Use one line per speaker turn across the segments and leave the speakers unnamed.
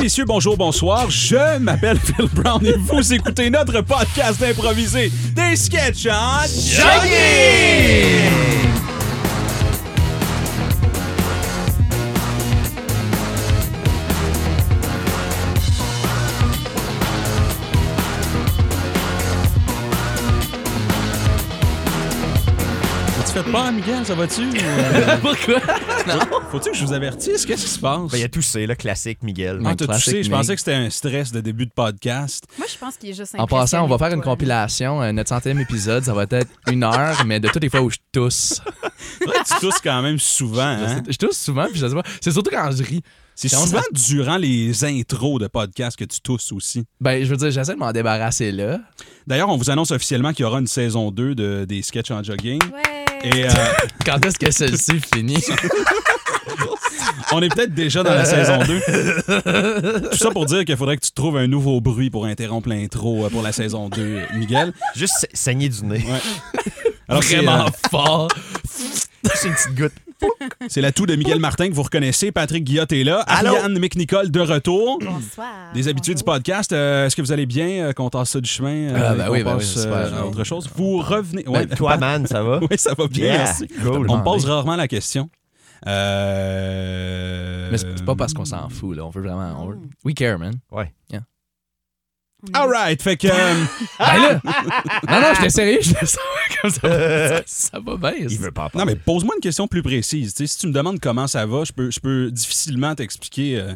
messieurs, bonjour, bonsoir. Je m'appelle Phil Brown et vous écoutez notre podcast improvisé des sketchs hein? en Jogging! Tu fais pas, Miguel, ça va-tu?
Pourquoi?
Faut-tu que je vous avertisse? Qu'est-ce qui se passe?
Ben, il y a toussé, le classique Miguel.
Ah,
Ouais.
t'as
classique,
touché. Je
mais-
pensais que c'était un stress de début de podcast.
Moi, je pense qu'il est juste
En passant, on va
impressionné,
faire une
toi.
compilation. euh, Notre centième épisode, ça va être une heure, mais de toutes les fois où je tousse.
C'est vrai que tu tousses quand même souvent. hein?
Je tousse souvent, puis je sais pas. C'est surtout quand je ris.
C'est
Quand on-
souvent durant les intros de podcasts que tu tousses aussi.
Ben, je veux dire, j'essaie de m'en débarrasser là.
D'ailleurs, on vous annonce officiellement qu'il y aura une saison 2 de, des sketchs en jogging.
Ouais.
Et euh,
Quand est-ce que celle-ci finit?
on est peut-être déjà dans la saison 2. Tout ça pour dire qu'il faudrait que tu trouves un nouveau bruit pour interrompre l'intro euh, pour la saison 2, euh, Miguel.
Juste sa- saigner du nez.
Ouais. Alors, c'est,
Vraiment fort.
Juste une petite goutte.
euh, c'est l'atout de Miguel Martin que vous reconnaissez. Patrick Guillot est là.
Allô?
Ariane McNicol de retour.
Bonsoir.
Des habitués du
Bonjour.
podcast, euh, est-ce que vous allez bien euh, qu'on tasse ça du chemin? euh,
Ah, ben
et qu'on
oui, ben oui,
passe,
c'est super,
euh, à
oui.
autre chose. Vous revenez. ouais.
Ben, toi, man, ça va?
oui, ça va bien,
Yeah,
merci.
cool.
On me pose rarement la question. Euh...
Mais c'est pas parce qu'on s'en fout, là. On veut vraiment. on veut- We care, man.
Ouais.
On est-
All right, fait que. euh,
Ben là! Non, non, j'étais sérieux, j'étais sérieux comme ça. Ça va bien.
Il
ça.
veut pas en
non,
parler.
mais pose-moi une question plus précise. Tu sais, si tu me demandes comment ça va, je peux, je peux difficilement t'expliquer euh,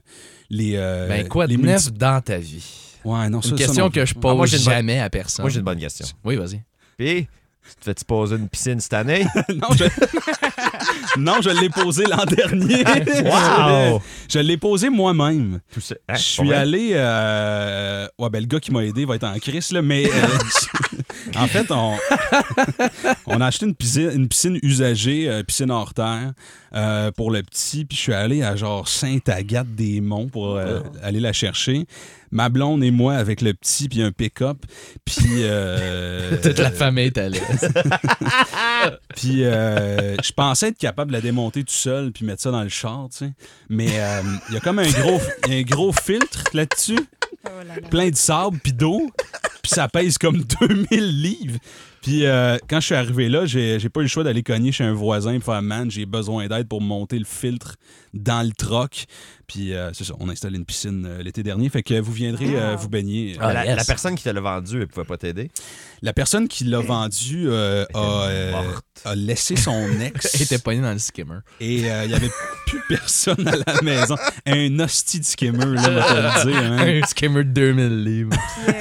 les. euh,
Ben, quoi de
les
neuf dans ta vie?
multi- Ouais, non, ça,
Une
ça,
question
non.
que je
Ah, moi,
pose
j'ai une bonne-
jamais à personne.
Moi, j'ai une bonne question.
Oui, vas-y.
Puis, tu te fais-tu poser une piscine cette année?
non, je... non, je l'ai posée l'an dernier.
Wow!
Je l'ai posée moi-même.
Tout ça-
Je
hein, pour
suis
vrai?
allé. euh, Ouais, ben le gars qui m'a aidé va être en crise, là, mais. euh, en fait, on, on a acheté une piscine, une piscine usagée, euh, piscine hors terre, euh, pour le petit. Puis je suis allé à genre Sainte-Agathe-des-Monts pour euh, aller la chercher. Ma blonde et moi avec le petit, puis un pick-up. Puis. euh,
Toute la famille est allée.
puis euh, je pensais être capable de la démonter tout seul puis mettre ça dans le char, tu sais. Mais euh, il y a comme un gros, il y a un gros filtre là-dessus,
Oh là là.
plein de sable puis d'eau, puis ça pèse comme 2000 livres. Puis euh, quand je suis arrivé là, j'ai j'ai pas eu le choix d'aller cogner chez un voisin et faire man, j'ai besoin d'aide pour monter le filtre dans le troc. Puis euh, c'est ça, on a installé une piscine euh, l'été dernier, fait que vous viendrez euh, vous baigner.
Ah,
Ah,
la,
yes.
la personne qui te l'a vendu, elle pouvait pas t'aider.
La personne qui l'a vendu euh, a, euh,
Morte.
a laissé son ex.
Elle était pognée dans le skimmer.
Et euh, il n'y avait plus personne à la maison. Un hostie de skimmer, là, on va te le dire. hein.
Un skimmer de 2000 livres.
Puis,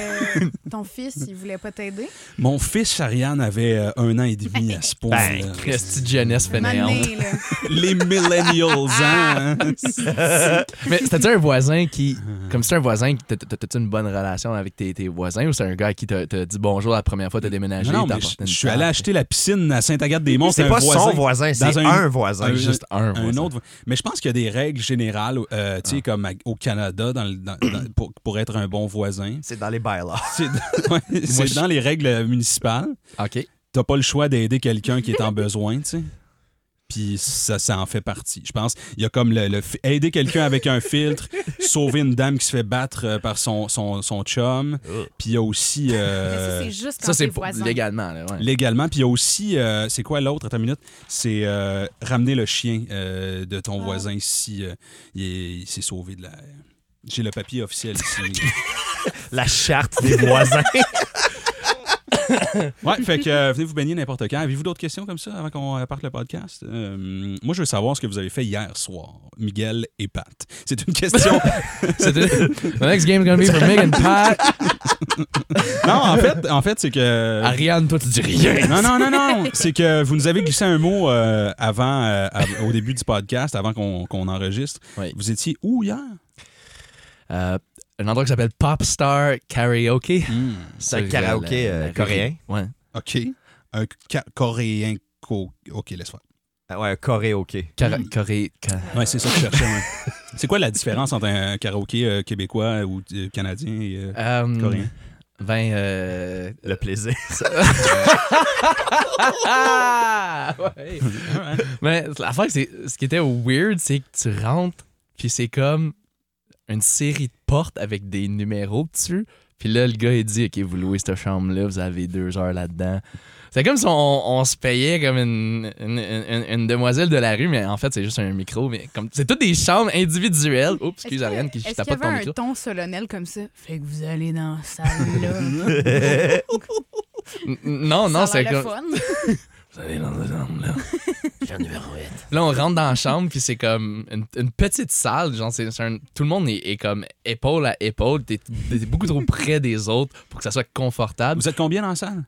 euh, ton fils, il voulait pas t'aider.
Mon fils Ariane avait euh, un an et demi à ce point.
Ben,
là.
Christy de jeunesse
Un moment
fainéante.
donné, là.
Euh, Les millennials, hein?
Mais c'était-tu un voisin qui. Comme si c'était un voisin, qui t'a- t'a- t'as-tu une bonne relation avec tes, tes voisins ou c'est un gars qui t'a t'a dit bonjour la première fois, t'as déménagé,
Non, Ah, non,
t'as
mais
apporté
je
une
je suis allé
tarte?
acheter la piscine à Sainte-Agathe-des-Monts.
C'est
un
pas son voisin, c'est
Dans
un,
un-
voisin.
un-
Juste un,
Un
voisin.
autre. Mais je pense qu'il y a des règles générales, euh, tu sais, comme à- au Canada, dans le- dans- dans- pour, pour être un bon voisin.
C'est dans les bails
C'est ouais, c'est
je-
dans les règles municipales.
OK.
t'as pas le choix d'aider quelqu'un qui est en besoin, tu sais. Puis ça, ça en fait partie. Je pense, il y a comme le, le fi- aider quelqu'un avec un filtre, sauver une dame qui se fait battre euh, par son, son, son chum. Puis il y a aussi.
Mais ça,
euh,
c'est juste quand
Ça, c'est
t'es
pour-
voisin.
légalement. Là, ouais.
légalement. Puis il y a aussi. euh, c'est quoi l'autre? Attends une minute. C'est euh, ramener le chien euh, de ton
Ah.
voisin si euh, il est- il s'est sauvé de la. J'ai le papier officiel ici.
La charte des voisins.
Ouais, fait que euh, venez vous baigner n'importe quand. Avez-vous d'autres questions comme ça avant qu'on euh, parte le podcast? Euh, moi, je veux savoir ce que vous avez fait hier soir, Miguel et Pat. C'est une question.
C'était- The next game's gonna be for Meg and Pat.
non, en fait, en fait c'est que.
Ariane, toi, tu dis rien.
Non, non, non, non. C'est que vous nous avez glissé un mot euh, avant, euh, av- au début du podcast, avant qu'on qu'on enregistre.
Oui.
Vous étiez où hier?
Euh, un endroit qui s'appelle Popstar Karaoke.
Hmm,
C'est un karaoké euh, coréen.
Ouais.
OK. Un ca- coréen. co- OK, laisse faire.
Ah Ouais, un karaoké.
Cara- Coré- ca-
Ouais, c'est ça que je cherchais. ouais. C'est quoi la différence entre un karaoké euh, québécois ou euh, canadien et euh,
Euh,
coréen?
Ben, euh...
Le plaisir.
Ah! Ouais. Mais l'affaire, c'est... Ce qui était weird, c'est que tu rentres, puis c'est comme... une série de portes avec des numéros dessus. Puis là, le gars, il dit Ok, vous louez cette chambre-là, vous avez deux heures là-dedans. C'est comme si on, on se payait comme une, une, une- une demoiselle de la rue, mais en fait, c'est juste un micro. Mais comme c'est toutes des chambres individuelles. Oups,
Est-ce
excuse Ariane qui
que- Est-ce qu'il y
tapote
avait
ton
un
micro.
ton solennel comme ça? Fait que vous allez dans cette salle-là.
N- Non, non,
Ça
c'est
a l'air le
comme.
fun.
Vous allez dans la chambre, là. Là, on rentre dans la chambre, puis c'est comme une, une petite salle. Genre, c'est c'est un- tout le monde est, est comme épaule à épaule. T'es t'es beaucoup trop près des autres pour que ça soit confortable.
Vous êtes combien dans la salle?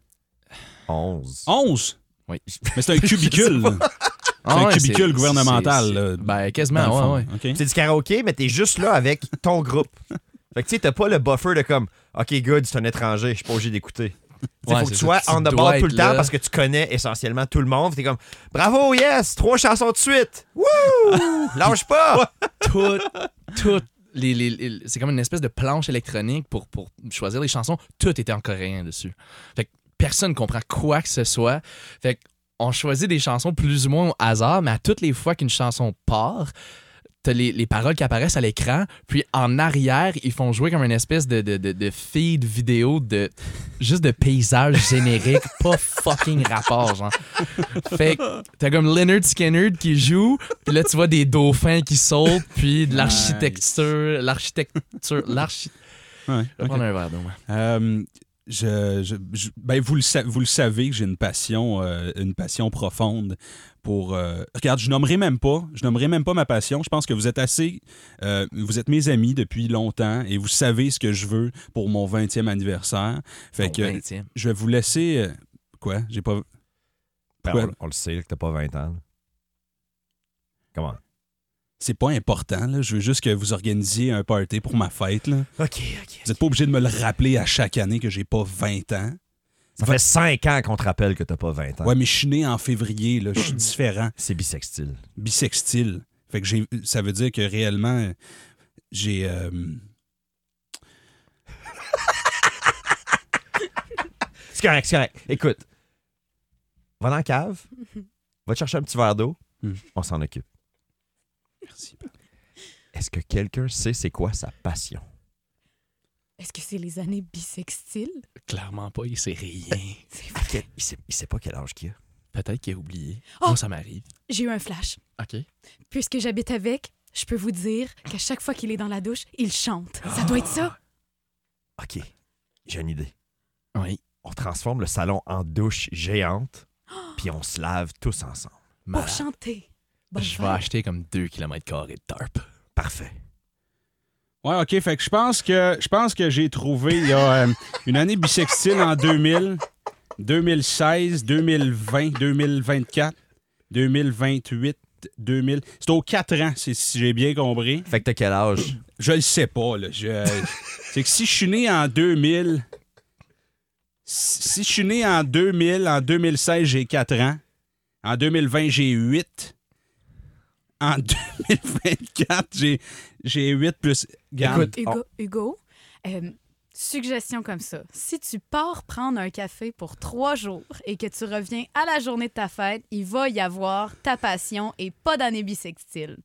11.
11?
Oui.
Mais c'est un cubicule. là. C'est
Ah
un
ouais,
cubicule
c'est-
gouvernemental,
c'est-
là,
c'est- Ben,
Dans le
quasiment,
fond,
ouais, ouais.
OK.
C'est du karaoké, mais t'es juste là avec ton groupe. Fait que tu sais, t'as pas le buffer de comme, OK, good, c'est un étranger, je suis pas obligé d'écouter. Il
Ouais,
faut que tu
c'est
sois
ça,
on the
dois
ball tout
être
le temps
là.
parce que tu connais essentiellement tout le monde. T'es comme, bravo, yes, trois chansons de suite. Wouh! Lâche pas!
Tout, tout. Les, les- les- c'est comme une espèce de planche électronique pour, pour choisir les chansons. Tout était en coréen dessus. Fait que personne comprend quoi que ce soit. Fait que on choisit des chansons plus ou moins au hasard, mais à toutes les fois qu'une chanson part, t'as les, les paroles qui apparaissent à l'écran, puis en arrière, ils font jouer comme une espèce de, de, de- de feed vidéo de juste de paysages génériques, pas fucking rapport, genre. Fait que t'as comme Leonard Skinner qui joue, puis là tu vois des dauphins qui sautent, puis de l'architecture, l'architecture, l'archi...
Ouais,
Je vais
OK.
prendre un verre d'eau, moi.
Euh, je, je- je- ben vous, le sa- vous le savez que j'ai une passion, euh, une passion profonde pour. euh, regarde, je nommerai même pas, je nommerai même pas ma passion. Je pense que vous êtes assez, euh, vous êtes mes amis depuis longtemps et vous savez ce que je veux pour mon 20e anniversaire. Fait
Bon,
que
ben, tiens.
je vais vous laisser. euh, quoi J'ai pas.
Ben,
Ouais.
on, on le sait là, que t'as pas 20 ans. Comment?
C'est pas important. là. Je veux juste que vous organisiez un party pour ma fête. là.
OK, OK.
Vous n'êtes pas obligé de me le rappeler à chaque année que j'ai pas 20 ans.
Ça fait 5 ans qu'on te rappelle que t'as pas 20 ans.
Ouais, mais je suis né en février. là. Je suis différent.
C'est bisextile.
bisextile. Fait que j'ai, ça veut dire que réellement, euh, j'ai. euh,
C'est correct, c'est correct. Écoute, va dans la cave, va te chercher un petit verre d'eau,
Hmm.
on s'en occupe.
merci.
Est-ce que quelqu'un sait c'est quoi sa passion?
Est-ce que c'est les années bisextiles?
Clairement pas, il sait rien.
C'est
À
vrai.
quel- Il, sait, il sait pas quel âge qu'il a.
Peut-être qu'il a oublié.
Oh!
Moi, ça m'arrive.
J'ai eu un flash.
OK.
Puisque j'habite avec, je peux vous dire qu'à chaque fois qu'il est dans la douche, il chante. Ça doit être ça?
OK, j'ai une idée.
Oui.
On transforme le salon en douche géante, puis on se lave tous ensemble.
Malade.
Pour chanter. Bonne
Ah, Je
fête.
vais acheter comme 2 km de tarp.
Parfait.
Ouais, ok. Fait que je pense que je pense que j'ai trouvé il y a euh, une année bisextile en 2000, 2016, 2020, 2024, 2028. 2000. C'est aux 4 ans, c'est- si j'ai bien compris.
Fait que t'as quel âge?
Je le sais pas, là. Je- c'est que si je suis né en 2000. Si je suis né en 2000, en 2016, j'ai 4 ans. En 2020, j'ai 8. En 2024, j'ai, j'ai 8 plus. Garde.
Écoute,
Hugo, Hugo euh, suggestion comme ça. Si tu pars prendre un café pour trois jours et que tu reviens à la journée de ta fête, il va y avoir ta passion et pas d'année bisextile.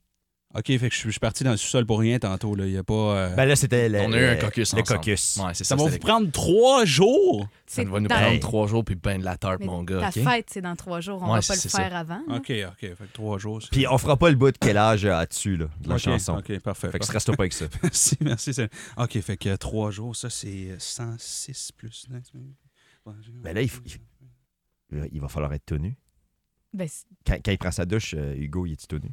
OK, fait que je suis- je suis parti dans le sous-sol pour rien tantôt. Là. Il y a pas, euh,
Ben là, c'était le,
On a eu un
le-
caucus
Le
ensemble.
caucus.
Ouais, c'est
ça
ça.
va
c'est
vous
la-
prendre trois jours.
Ça
C'est
va nous
dans-
prendre 3 jours puis ben de la tarp,
Mais
mon gars.
Ta
OK?
fête, c'est dans trois jours. On
Ouais,
va pas le
c'est
faire
ça.
avant. là.
OK, OK. Fait que trois jours. c'est-
Puis on fera pas le bout de quel âge euh, as-tu, là, de la
OK,
chanson.
OK, parfait.
Fait que
parfait.
stresse pas avec ça.
Merci, merci. c'est- OK, fait que trois jours, ça, c'est 106 plus.
Mais Ben là, il faut- Là, Il va falloir être tout nu.
Ben, c'est-
Quand, quand il prend sa douche, euh, Hugo, il est tout nu.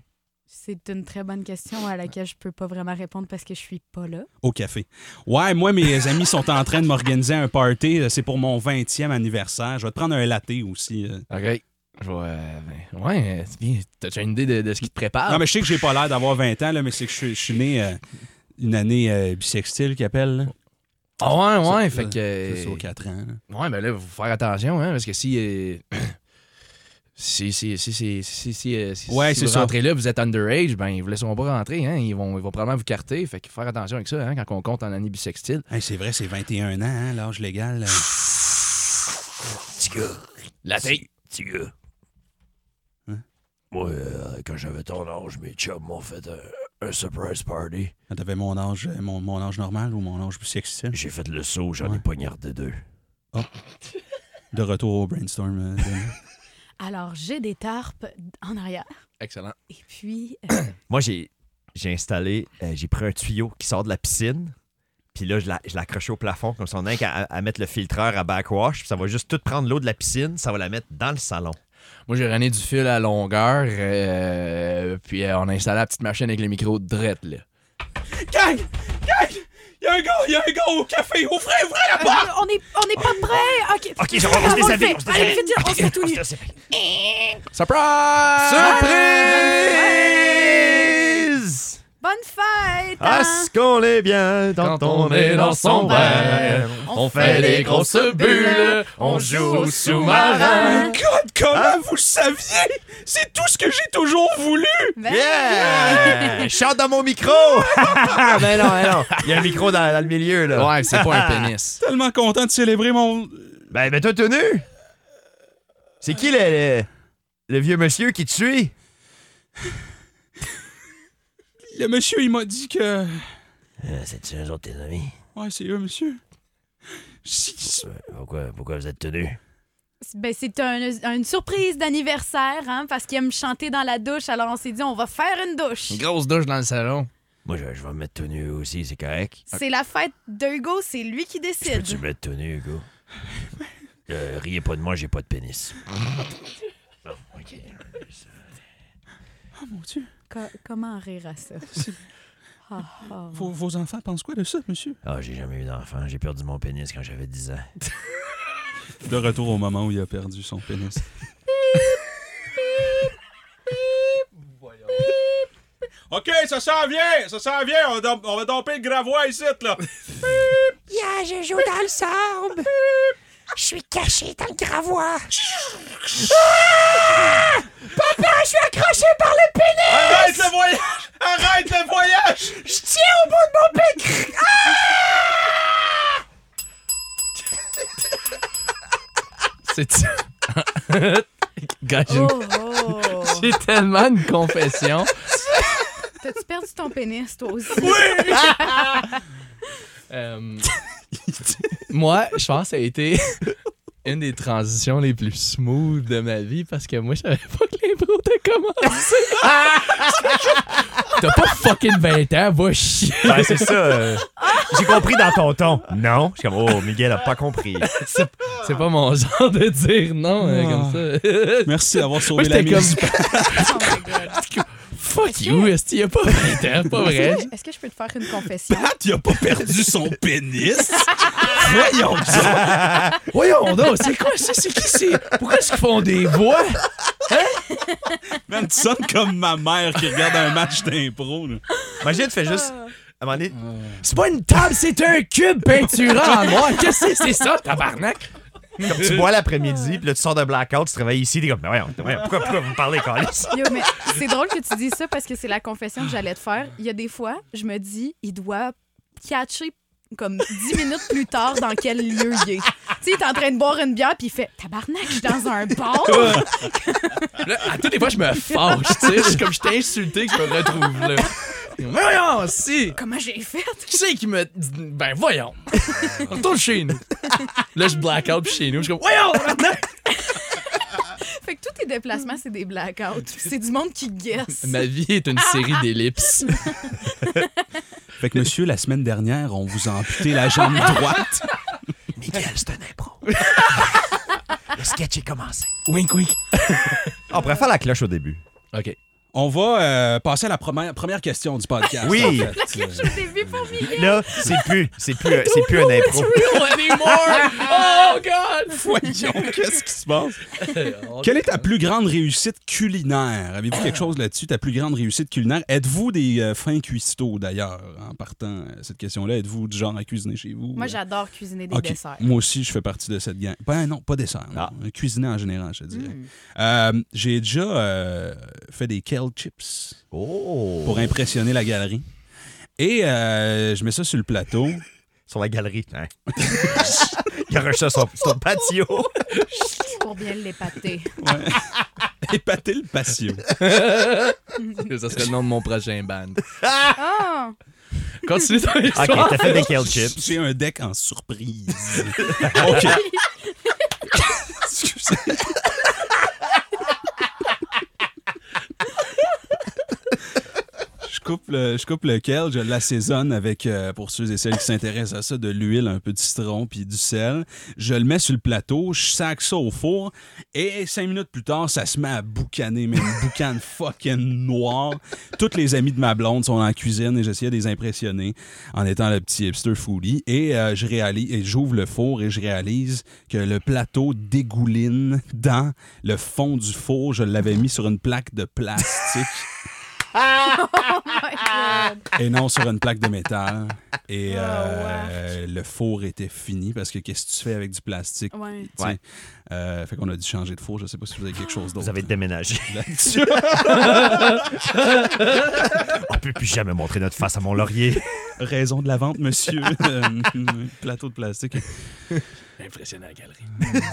c'est une très bonne question à laquelle je peux pas vraiment répondre parce que je suis pas là.
Au café. Ouais, moi, mes amis sont en train de m'organiser un party. euh, C'est pour mon 20e anniversaire. Je vais te prendre un latte aussi. euh.
OK. Je vais. euh, ben, Ouais, c'est bien. T'as-tu une idée de, de ce qui te prépare?
Ah.
Non, mais je sais que j'ai pas l'air d'avoir 20 ans, là, mais c'est que je, suis- je suis né euh, une année euh, bisextile qu'ils appellent. là.
Ah ouais, ouais,
Ça,
fait que.
Ça,
euh,
C'est aux 4 ans. là.
Ouais, ben là, faut faire attention, hein, parce que si. euh, Si, si, si, si, si, si, euh, si,
Ouais,
si
c'est
vous
ça.
rentrez là, vous êtes underage, ben ils vous laisseront pas rentrer, hein. Ils vont, ils vont probablement vous carter. Fait qu'il faut faire attention avec ça, hein, quand on compte en année bisextile.
Hey, c'est vrai, c'est 21 ans, hein, l'âge légal. euh.
Petit gars. La tête.
Petit gars.
Hein?
Moi, euh, quand j'avais ton âge, mes chums m'ont fait un,
un surprise party.
Ah, T'avais mon âge, euh, mon, mon âge normal ou mon âge plus sexy.
J'ai fait le saut, j'en
Ouais.
ai poignardé deux.
De retour au brainstorm. euh, Denis.
Alors, j'ai des tarpes en arrière.
Excellent.
Et puis, euh,
Moi, j'ai, j'ai installé, euh, j'ai pris un tuyau qui sort de la piscine. Puis là, je la- je l'accroche au plafond, comme ça, on a qu'à à- à mettre le filtreur à backwash. Puis ça va juste tout prendre l'eau de la piscine, ça va la mettre dans le salon.
Moi, j'ai ramené du fil à longueur, euh, puis euh, on a installé la petite machine avec le micro drette, là.
Gang! Gang! Il y a un gars, il y a un gars au café. Ouvrez, ouvrez la porte!
Ah!
on n'est on est pas prêt. OK,
Ok, on- on se
Ah, le
déshabille,
fait.
on se
Allez,
déshabille.
vite, on se met tout nu.
Surprise!
Ah! Surprise!
Bonne fête!
Ah,
hein?
ce qu'on est bien quand, on est dans son verre.
on fait des grosses bulles, on joue au sous-marin.
God, comment
Hein?
vous le saviez? C'est tout ce que j'ai toujours voulu!
Ben,
Yeah! Chante dans mon micro! mais non, mais non. Il y a un micro dans, dans le milieu, là.
Ouais, c'est pas un pénis.
Tellement content de célébrer mon.
Ben, mais toi, tout nu! C'est qui le, le, le vieux monsieur qui te suit?
Le monsieur, il m'a dit que.
Euh, C'est un autre de tes amis.
Ouais, c'est eux, monsieur. Si- si-
Pourquoi, pourquoi vous êtes tenu?
Ben, c'est un- une surprise d'anniversaire, hein, parce qu'il aime chanter dans la douche. Alors, on s'est dit, on va faire une douche.
Une grosse douche dans le salon.
Moi, je, je vais me mettre tout nu aussi, c'est correct.
C'est la fête de Hugo, c'est lui qui décide.
me mettre tout nu, Hugo? Euh, riez pas de moi, j'ai pas de pénis. Bon, ok.
Oh mon Dieu.
Co- comment rire à ça? Ah, ah.
Vos, vos enfants pensent quoi de ça, monsieur?
Ah, j'ai jamais eu d'enfant. J'ai perdu mon pénis quand j'avais 10 ans.
De retour au moment où il a perdu son pénis. OK, ça s'en vient! Ça s'en vient! On, dom- on va domper le gravois ici, là!
Yeah, je joue dans le sable. Je suis caché dans le gravois. Ah! Papa, je suis accroché par le pénis.
Arrête le voyage! Arrête le voyage!
Je tiens au bout de mon pénis.
C'est. Gars, j'ai une-
Oh, oh.
j'ai tellement une confession.
T'as-tu perdu ton pénis, toi aussi?
Euh, moi, je pense que ça a été une des transitions les plus smooth de ma vie parce que moi, je savais pas que l'impro t'a commencé. T'as pas fucking 20 ans, va chier.
Ben, c'est ça. euh, j'ai compris dans ton ton. Non. Je suis comme, oh, Miguel a pas compris.
C'est c'est pas mon genre de dire non euh,
Ah.
comme ça.
Merci d'avoir sauvé
Moi,
la
j'étais
mise.
comme
Oh my God.
fuck you, est-ce qu'il y a pas 20 ans, pas vrai?
Est-ce que- Est-ce que je peux te faire une confession?
Pat, il a pas perdu son pénis! Voyons ça!
Voyons donc, c'est quoi ça? C'est qui c'est? Pourquoi est-ce qu'ils font des voix?
Man, tu sonnes comme ma mère qui regarde un match d'impro, là.
Imagine, tu fais juste. À un moment donné,
C'est pas une table, c'est un cube peinturant en noir. Qu'est-ce que c'est, c'est ça, tabarnak?
comme tu bois l'après-midi, puis là, tu sors de blackout, tu travailles ici, t'es comme, mais voyons, voyons, pourquoi, pourquoi vous me parlez, Carlis?
Yo, mais c'est drôle que tu dises ça parce que c'est la confession que j'allais te faire. Il y a des fois, je me dis, il doit catcher comme 10 minutes plus tard dans quel lieu il est. Tu sais, il est en train de boire une bière puis il fait Tabarnak, je suis dans un bar.
Là, à toutes les fois, je me fâche, tu sais. Je suis comme, je t'ai insulté que je me retrouve là. Mais Voyons, si!
Comment j'ai fait?
Qui c'est qui me. dit- Ben, voyons! Retourne chez nous! Là, je blackout puis chez nous. Je suis comme, voyons! maintenant!
Fait que tous tes déplacements, c'est des blackouts. C'est du monde qui guesse.
Ma vie est une série d'ellipses.
Fait que, monsieur, la semaine dernière, on vous a amputé la jambe droite.
Miguel, c'est un impro. Le sketch est commencé.
Wink, wink.
Ah, On pourrait faire la cloche au début.
OK.
On va euh, passer à la première, première question du podcast.
Oui.
en fait.
Je t'ai vu pour vivre.
Là, c'est plus, c'est plus, euh, c'est plus un impro.
Real anymore! Oh, God!
Voyons, qu'est-ce qui se passe? Quelle est ta plus grande réussite culinaire? Avez-vous quelque chose là-dessus, ta plus grande réussite culinaire? Êtes-vous des euh, fins cuistots, d'ailleurs, en partant euh, cette question-là? Êtes-vous du genre à cuisiner chez vous?
Moi,
Euh,
j'adore cuisiner des
OK.
desserts.
Moi aussi, je fais partie de cette gang. Ben non, pas dessert. non.
Ah.
Cuisiner en général, je te dirais.
Mm.
Euh, J'ai déjà euh, fait des kale chips
Oh!
pour impressionner la galerie. Et euh, je mets ça sur le plateau.
Sur la galerie. Hein. Il y a un chat sur son patio.
Pour bien l'épater.
Ouais. Épater le patio.
Ça serait le nom de mon prochain band.
Ah!
Continue ton
Ok,
histoire.
t'as fait des kale chips.
J'ai un deck en surprise. OK. Excusez. Je coupe, le, je coupe lequel, je l'assaisonne avec, euh, pour ceux et celles qui s'intéressent à ça, de l'huile, un peu de citron puis du sel. Je le mets sur le plateau, je sac ça au four et cinq minutes plus tard, ça se met à boucaner, mais une boucane fucking noire. Toutes les amies de ma blonde sont en cuisine et j'essayais de les impressionner en étant le petit hipster foodie. Et euh, je réalise, et j'ouvre le four et je réalise que le plateau dégouline dans le fond du four. Je l'avais mis sur une plaque de plastique. Et non sur une plaque de métal.
Oh,
Et euh, le four était fini parce que qu'est-ce que tu fais avec du plastique?
Ouais.
tu sais?
Ouais.
Euh, fait qu'on a dû changer de four. Je sais pas si vous avez quelque chose d'autre.
Vous avez déménagé.
là-dessus.
On peut plus jamais montrer notre face à mon laurier.
Raison de la vente, monsieur. Euh, plateau de plastique.
Impressionnant la galerie.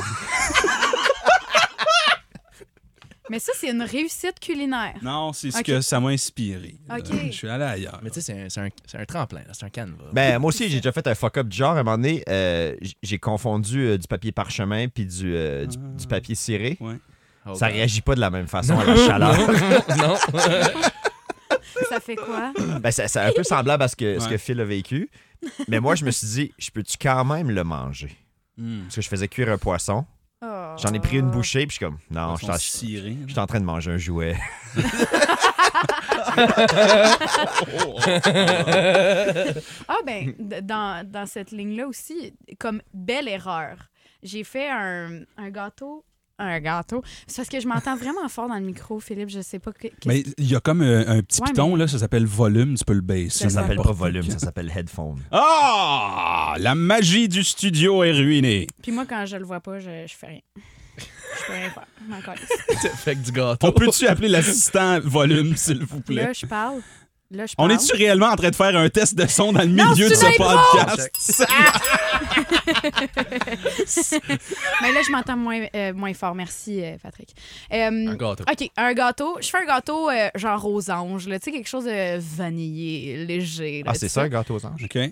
Mais ça, c'est une réussite culinaire.
Non, c'est ce
Ok.
que ça m'a inspiré.
Ok.
Euh, Je suis allé ailleurs.
Mais tu sais, c'est un- c'est un, c'est un tremplin, là, c'est un canevas.
Ben, moi aussi, j'ai déjà fait un fuck-up du genre. À un moment donné, euh, j- j'ai confondu euh, du papier parchemin puis du, euh, du,
Ah.
du papier ciré.
Ouais.
Oh,
Ça
God.
réagit pas de la même façon à la chaleur.
non.
Ça fait quoi?
Ben, c'est c'est un peu semblable à ce que, ce
Ouais.
que Phil a vécu. Mais moi, je me suis dit, je peux-tu quand même le manger?
Hmm.
Parce que je faisais cuire un poisson.
Oh.
J'en ai pris une bouchée, puis je suis comme, non, Ah. je
Ils sont
t'en- je
cirés, là.
suis en train de manger un jouet.
Ah ben, d- dans, dans cette ligne-là aussi, comme belle erreur, j'ai fait un, un gâteau. Un gâteau. C'est parce que je m'entends vraiment fort dans le micro, Philippe. Je sais pas que. qu'est-ce-
Mais il y a comme euh, un petit
Ouais,
piton, là, ça s'appelle volume, tu peux le baisser.
Ça
Ça s'appelle pas
n'importe
volume,
quand.
ça s'appelle headphone.
Ah! La magie du studio est ruinée.
Puis moi, quand je le vois pas, je, je fais rien. Je peux rien faire. Je m'en calisse.
Fait que du gâteau.
On peut-tu appeler l'assistant volume, s'il vous plaît?
Là, je parle. Là, je
On
parle.
est-tu réellement en train de faire un test de son dans le
Non,
milieu de
c'est une
ce podcast?
Mais là, je m'entends moins, euh, moins fort. Merci, euh, Patrick. Euh,
Un gâteau.
OK, un gâteau. Je fais un gâteau euh, genre aux anges, là. tu sais, quelque chose de vanillé, léger. là,
Ah, c'est
tu
ça, un
sais.
gâteau aux anges?
OK.
Me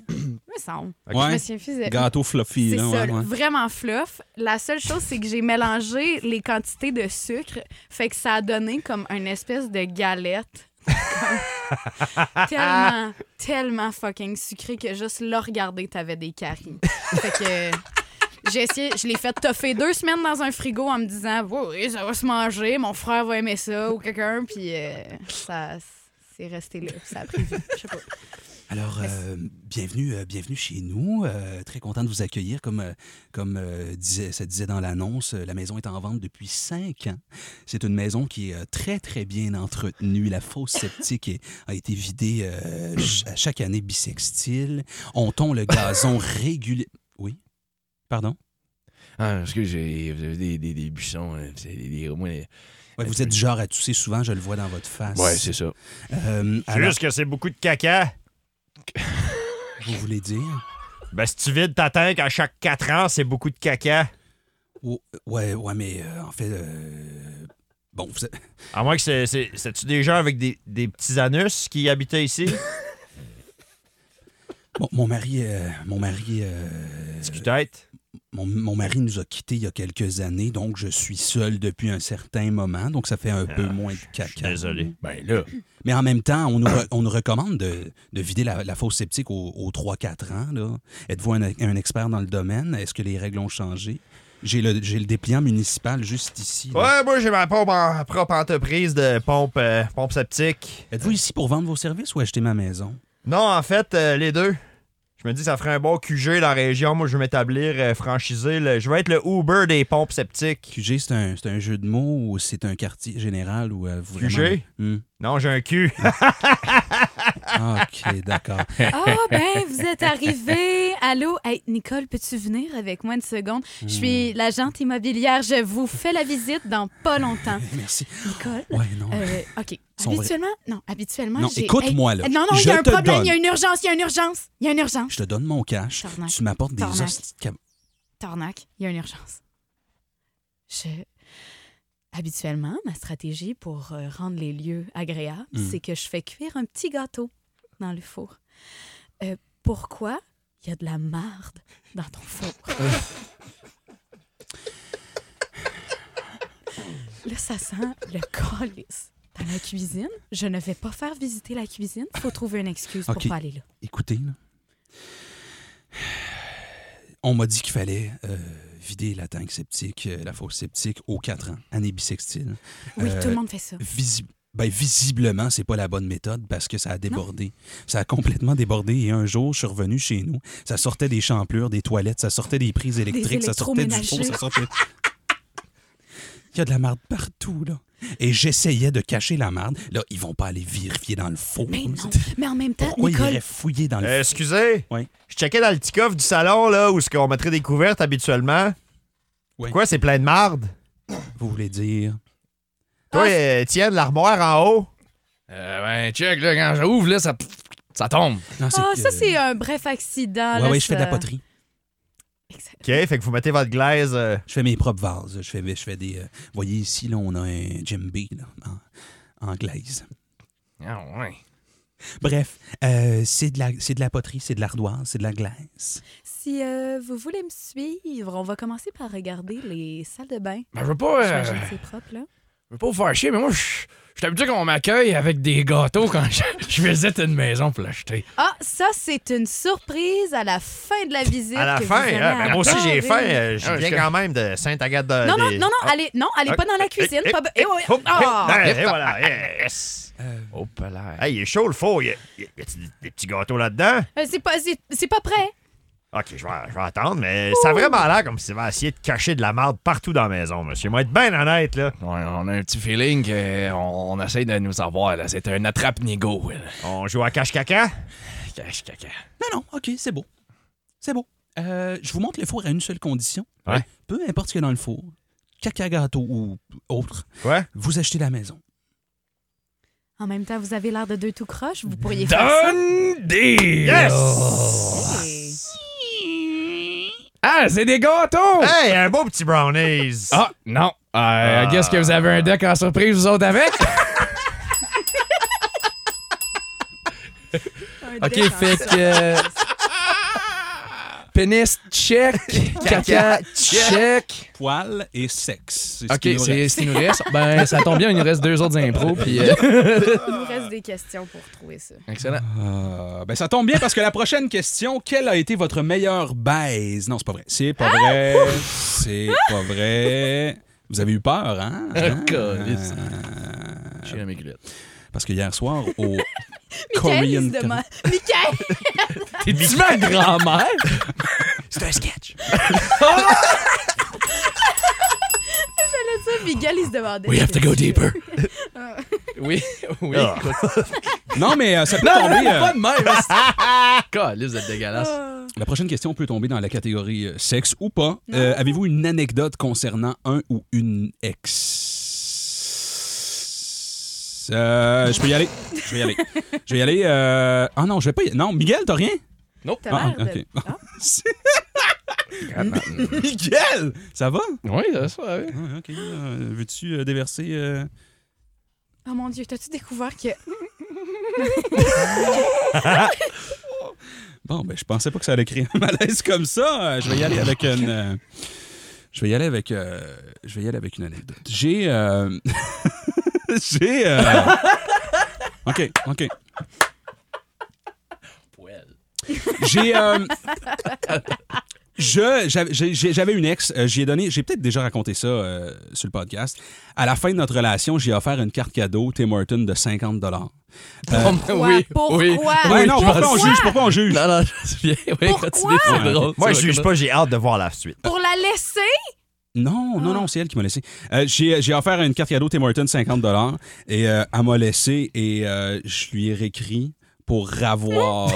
semble.
Ok.
Je me
Ouais.
souviens plus euh, de-
Gâteau fluffy,
C'est
là.
ça,
ouais, ouais.
vraiment fluff. La seule chose, c'est que j'ai mélangé les quantités de sucre, fait que ça a donné comme une espèce de galette. Comme- tellement, tellement fucking sucré que juste le regarder, t'avais des caries. Fait que j'ai essayé, je l'ai fait toffer deux semaines dans un frigo en me disant, Ouais, ouais, ça va se manger, mon frère va aimer ça ou quelqu'un, puis euh, ça. C'est resté là, ça a pris vie, je sais pas.
Alors, euh, bienvenue, euh, bienvenue chez nous. Euh, très content de vous accueillir. Comme, euh, comme euh, disait, ça disait dans l'annonce, euh, la maison est en vente depuis cinq ans. C'est une maison qui est euh, très, très bien entretenue. La fosse septique est- a été vidée euh, ch- à chaque année bisextile. On tond le gazon régulier. Oui? Pardon?
Ah, parce que j'ai vous avez des, des, des buissons, euh, c'est des, des- moi, les-
Ouais, vous êtes du genre à tousser souvent, je le vois dans votre face.
Ouais, c'est ça.
Euh, alors,
que c'est beaucoup de caca.
vous voulez dire?
Ben, si tu vides ta tank à chaque 4 ans, c'est beaucoup de caca.
Oh, ouais, ouais, mais euh, en fait... euh, Bon, vous,
À moins que c'est- c'est- c'est-tu des gens avec des, des petits anus qui habitaient ici?
Euh,
Bon, mon mari, euh, mon mari, euh,
Discutette.
mon, mon mari nous a quittés il y a quelques années, donc je suis seul depuis un certain moment, donc ça fait un peu moins de
Ah, Je suis
caca.
désolé.
Ben là.
Mais en même temps, on nous, re- on nous recommande de, de vider la, la fosse septique aux, aux 3-4 ans. là. Êtes-vous un, un expert dans le domaine? Est-ce que les règles ont changé? J'ai le, j'ai le dépliant municipal juste ici. là.
Ouais, moi, j'ai ma pompe en- propre entreprise de pompe, euh, pompe septique.
Êtes-vous ici pour vendre vos services ou acheter ma maison?
Non, en fait, euh, les deux. Je me dis, ça ferait un bon QG dans la région. Moi, je veux m'établir, euh, franchisé. le- Je veux être le Uber des pompes septiques.
QG, c'est un, c'est un jeu de mots ou c'est un quartier général ou euh, vous
QG?
vraiment- Hmm.
Non, j'ai un cul.
Ah, OK, d'accord.
Ah, ben, vous êtes arrivés. Allô? Hey, Nicole, peux-tu venir avec moi une seconde? Je suis
Hmm.
l'agente immobilière. Je vous fais la visite dans pas longtemps.
Merci.
Nicole?
Ouais, non.
euh, OK.
Sont vrais.
Habituellement, non, habituellement,
Non,
j'ai-
écoute-moi,
Hey,
là.
Non, non, il
Je
y a un
te
problème.
donne.
Il y a une urgence. Il y a une urgence. Il y a une urgence.
Je te donne mon cash.
Tarnac.
Tu m'apportes des
Tarnac.
hosties de cam-
Tarnac, il y a une urgence. Je. Habituellement, ma stratégie pour euh, rendre les lieux agréables,
Mm.
c'est que je fais cuire un petit gâteau dans le four. Euh, pourquoi il y a de la marde dans ton four? Là, ça sent le calice. Dans la cuisine, je ne vais pas faire visiter la cuisine. faut trouver une excuse
Ok.
pour pas aller là.
Écoutez, là. on m'a dit qu'il fallait euh, vider la tank septique, euh, la fosse septique, aux 4 ans, année bisextile.
Oui,
Euh,
tout le monde fait ça.
Visi- ben, visiblement, c'est pas la bonne méthode parce que ça a débordé. Ça a complètement débordé. Et un jour, je suis revenu chez nous. Ça sortait des champlures, des toilettes, ça sortait des prises électriques, ça sortait du
électroménagers.
four, ça sortait. Il y a de la marde partout, là. Et j'essayais de cacher la marde. Là, ils vont pas aller vérifier dans le four.
Mais non, mais en même temps,
Pourquoi ils
Nicole,
iraient fouiller dans le
Euh, excusez?
Oui.
Je checkais dans le petit coffre du salon, là, où ce qu'on mettrait des couvertes habituellement.
Oui.
Pourquoi c'est plein de marde?
Vous voulez dire?
Toi,
Ah,
euh, tiens, de l'armoire en haut.
Euh, ben, check, là, quand j'ouvre, là, ça, ça tombe.
Non,
Ah,
que-
ça, c'est un bref accident.
Ouais,
là,
ouais, je fais de la
ça-
poterie.
Exact.
OK, fait que vous mettez votre glaise. euh,
Je fais mes propres vases. Je fais, je fais des. euh, voyez ici, là, on a un djembé, là, en, en glaise.
Ah, ouais.
Bref, euh, c'est de, la- c'est de la poterie, c'est de l'ardoise, c'est de la glace.
Si euh, vous voulez me suivre, on va commencer par regarder les salles de bain.
Ben, je veux pas. euh,
J'imagine que c'est propre, là.
Je veux pas vous faire chier, mais moi, je je suis habitué qu'on m'accueille avec des gâteaux quand je, je visite une maison pour l'acheter.
Ah, ça, c'est une surprise à la fin de la visite.
à la
que vous
fin,
allez
hein, ben, moi aussi j'ai
adorer.
faim. euh, je
Ah,
viens
je-
quand même de Sainte-Agathe de.
Non, non,
des- Ah.
non, non, allez, non, allez pas dans la cuisine.
Eh,
pas be-
eh,
Eh ouais,
hop,
ah!
eh, eh, voilà, yes.
Oh, palaire.
Hey, il est chaud le four. Il y a, il y a- y a-t-il des, des petits gâteaux là-dedans.
Euh, C'est pas, c'est- c'est pas prêt.
Ok, je vais, je vais attendre, mais ça a vraiment l'air comme s'il va essayer de cacher de la marde partout dans la maison, monsieur. Moi, être bien honnête, là.
Ouais, on a un petit feeling qu'on on essaye de nous avoir, là. C'est un attrape-nigo, là.
On joue à cache-caca.
Cache, caca.
Non, non, OK, c'est beau. C'est beau. Euh, je vous montre le four à une seule condition.
Ouais.
Peu importe ce qu'il y a dans le four, caca gâteau ou autre,
Quoi?
vous achetez la maison.
En même temps, vous avez l'air de deux tout croche. Vous pourriez faire ça.
Done deal!
Yes!
Eh.
Ah, c'est des gâteaux!
Hey, un beau petit brownies.
Ah, non. Euh,
Ah.
Qu'est-ce que vous avez un deck en surprise, vous autres, avec?
Un
OK,
déchet.
fait que... euh, Pénis, check. Caca, check.
Poil et sexe. c'est ce
OK,
qu'il nous
c'est
reste.
ce qu'il nous reste. Ben, ça tombe bien, il nous reste deux autres impros, puis... euh,
Il nous reste des questions pour trouver ça.
Excellent.
Ah, ben ça tombe bien parce que la prochaine question, quelle a été votre meilleure baise? Non, c'est pas vrai. C'est pas vrai. C'est pas vrai. Vous avez eu peur, hein? Hein?
Ah, Calice.
Euh,
J'ai la culottes.
Parce que hier soir, au
Michael, il
Korean...
se demande. Michael!
T'es-tu ma grand-mère?
C'est un sketch.
Ça, Miguel, il se demandait.
Oui, oui.
Ah.
Non, mais euh, ça peut
Non, non,
tomber...
non,
euh,
pas de même. hein, Calice, vous êtes dégueulasse.
Ah.
la prochaine question peut tomber dans la catégorie euh, sexe ou pas. Euh, Avez-vous une anecdote concernant un ou une ex? Euh, je peux y aller. Je vais y aller. Je vais y aller. euh, Ah non, je vais pas y Non, Miguel, t'as rien?
T'as
Ah,
l'air de.
ok. Miguel! Ça va?
Oui, c'est ça, oui.
Ah, ok. Euh, Veux-tu euh, déverser. euh,
Oh mon Dieu, t'as-tu découvert que.
Bon, ben, je pensais pas que ça allait créer un malaise comme ça. Euh, je vais y aller avec une. euh, Je vais y aller avec. euh, Je vais y aller avec une anecdote. J'ai. euh, J'ai. euh, Ok, ok. J'ai. euh, Je, j'avais- j'ai- j'ai- j'avais une ex, euh, j'y ai donné, j'ai peut-être déjà raconté ça euh, sur le podcast. À la fin de notre relation, j'ai offert une carte cadeau Tim Horton de 50 dollars.
Pourquoi? Pourquoi?
Ouais, non,
je
pourquoi on
pense-
juge, pourquoi on juge
Ah Non, non, je viens. Oui,
Pourquoi?
continue, Oh, c'est drôle.
Moi, je
Tu
juge
vois,
pas, j'ai hâte de voir la suite.
Pour la laisser?
Non, non,
Ah.
non, c'est elle qui m'a laissé. Euh, j'ai j'ai offert une carte cadeau Tim Hortons 50 dollars et euh, elle m'a laissé et euh, je lui ai réécrit pour ravoir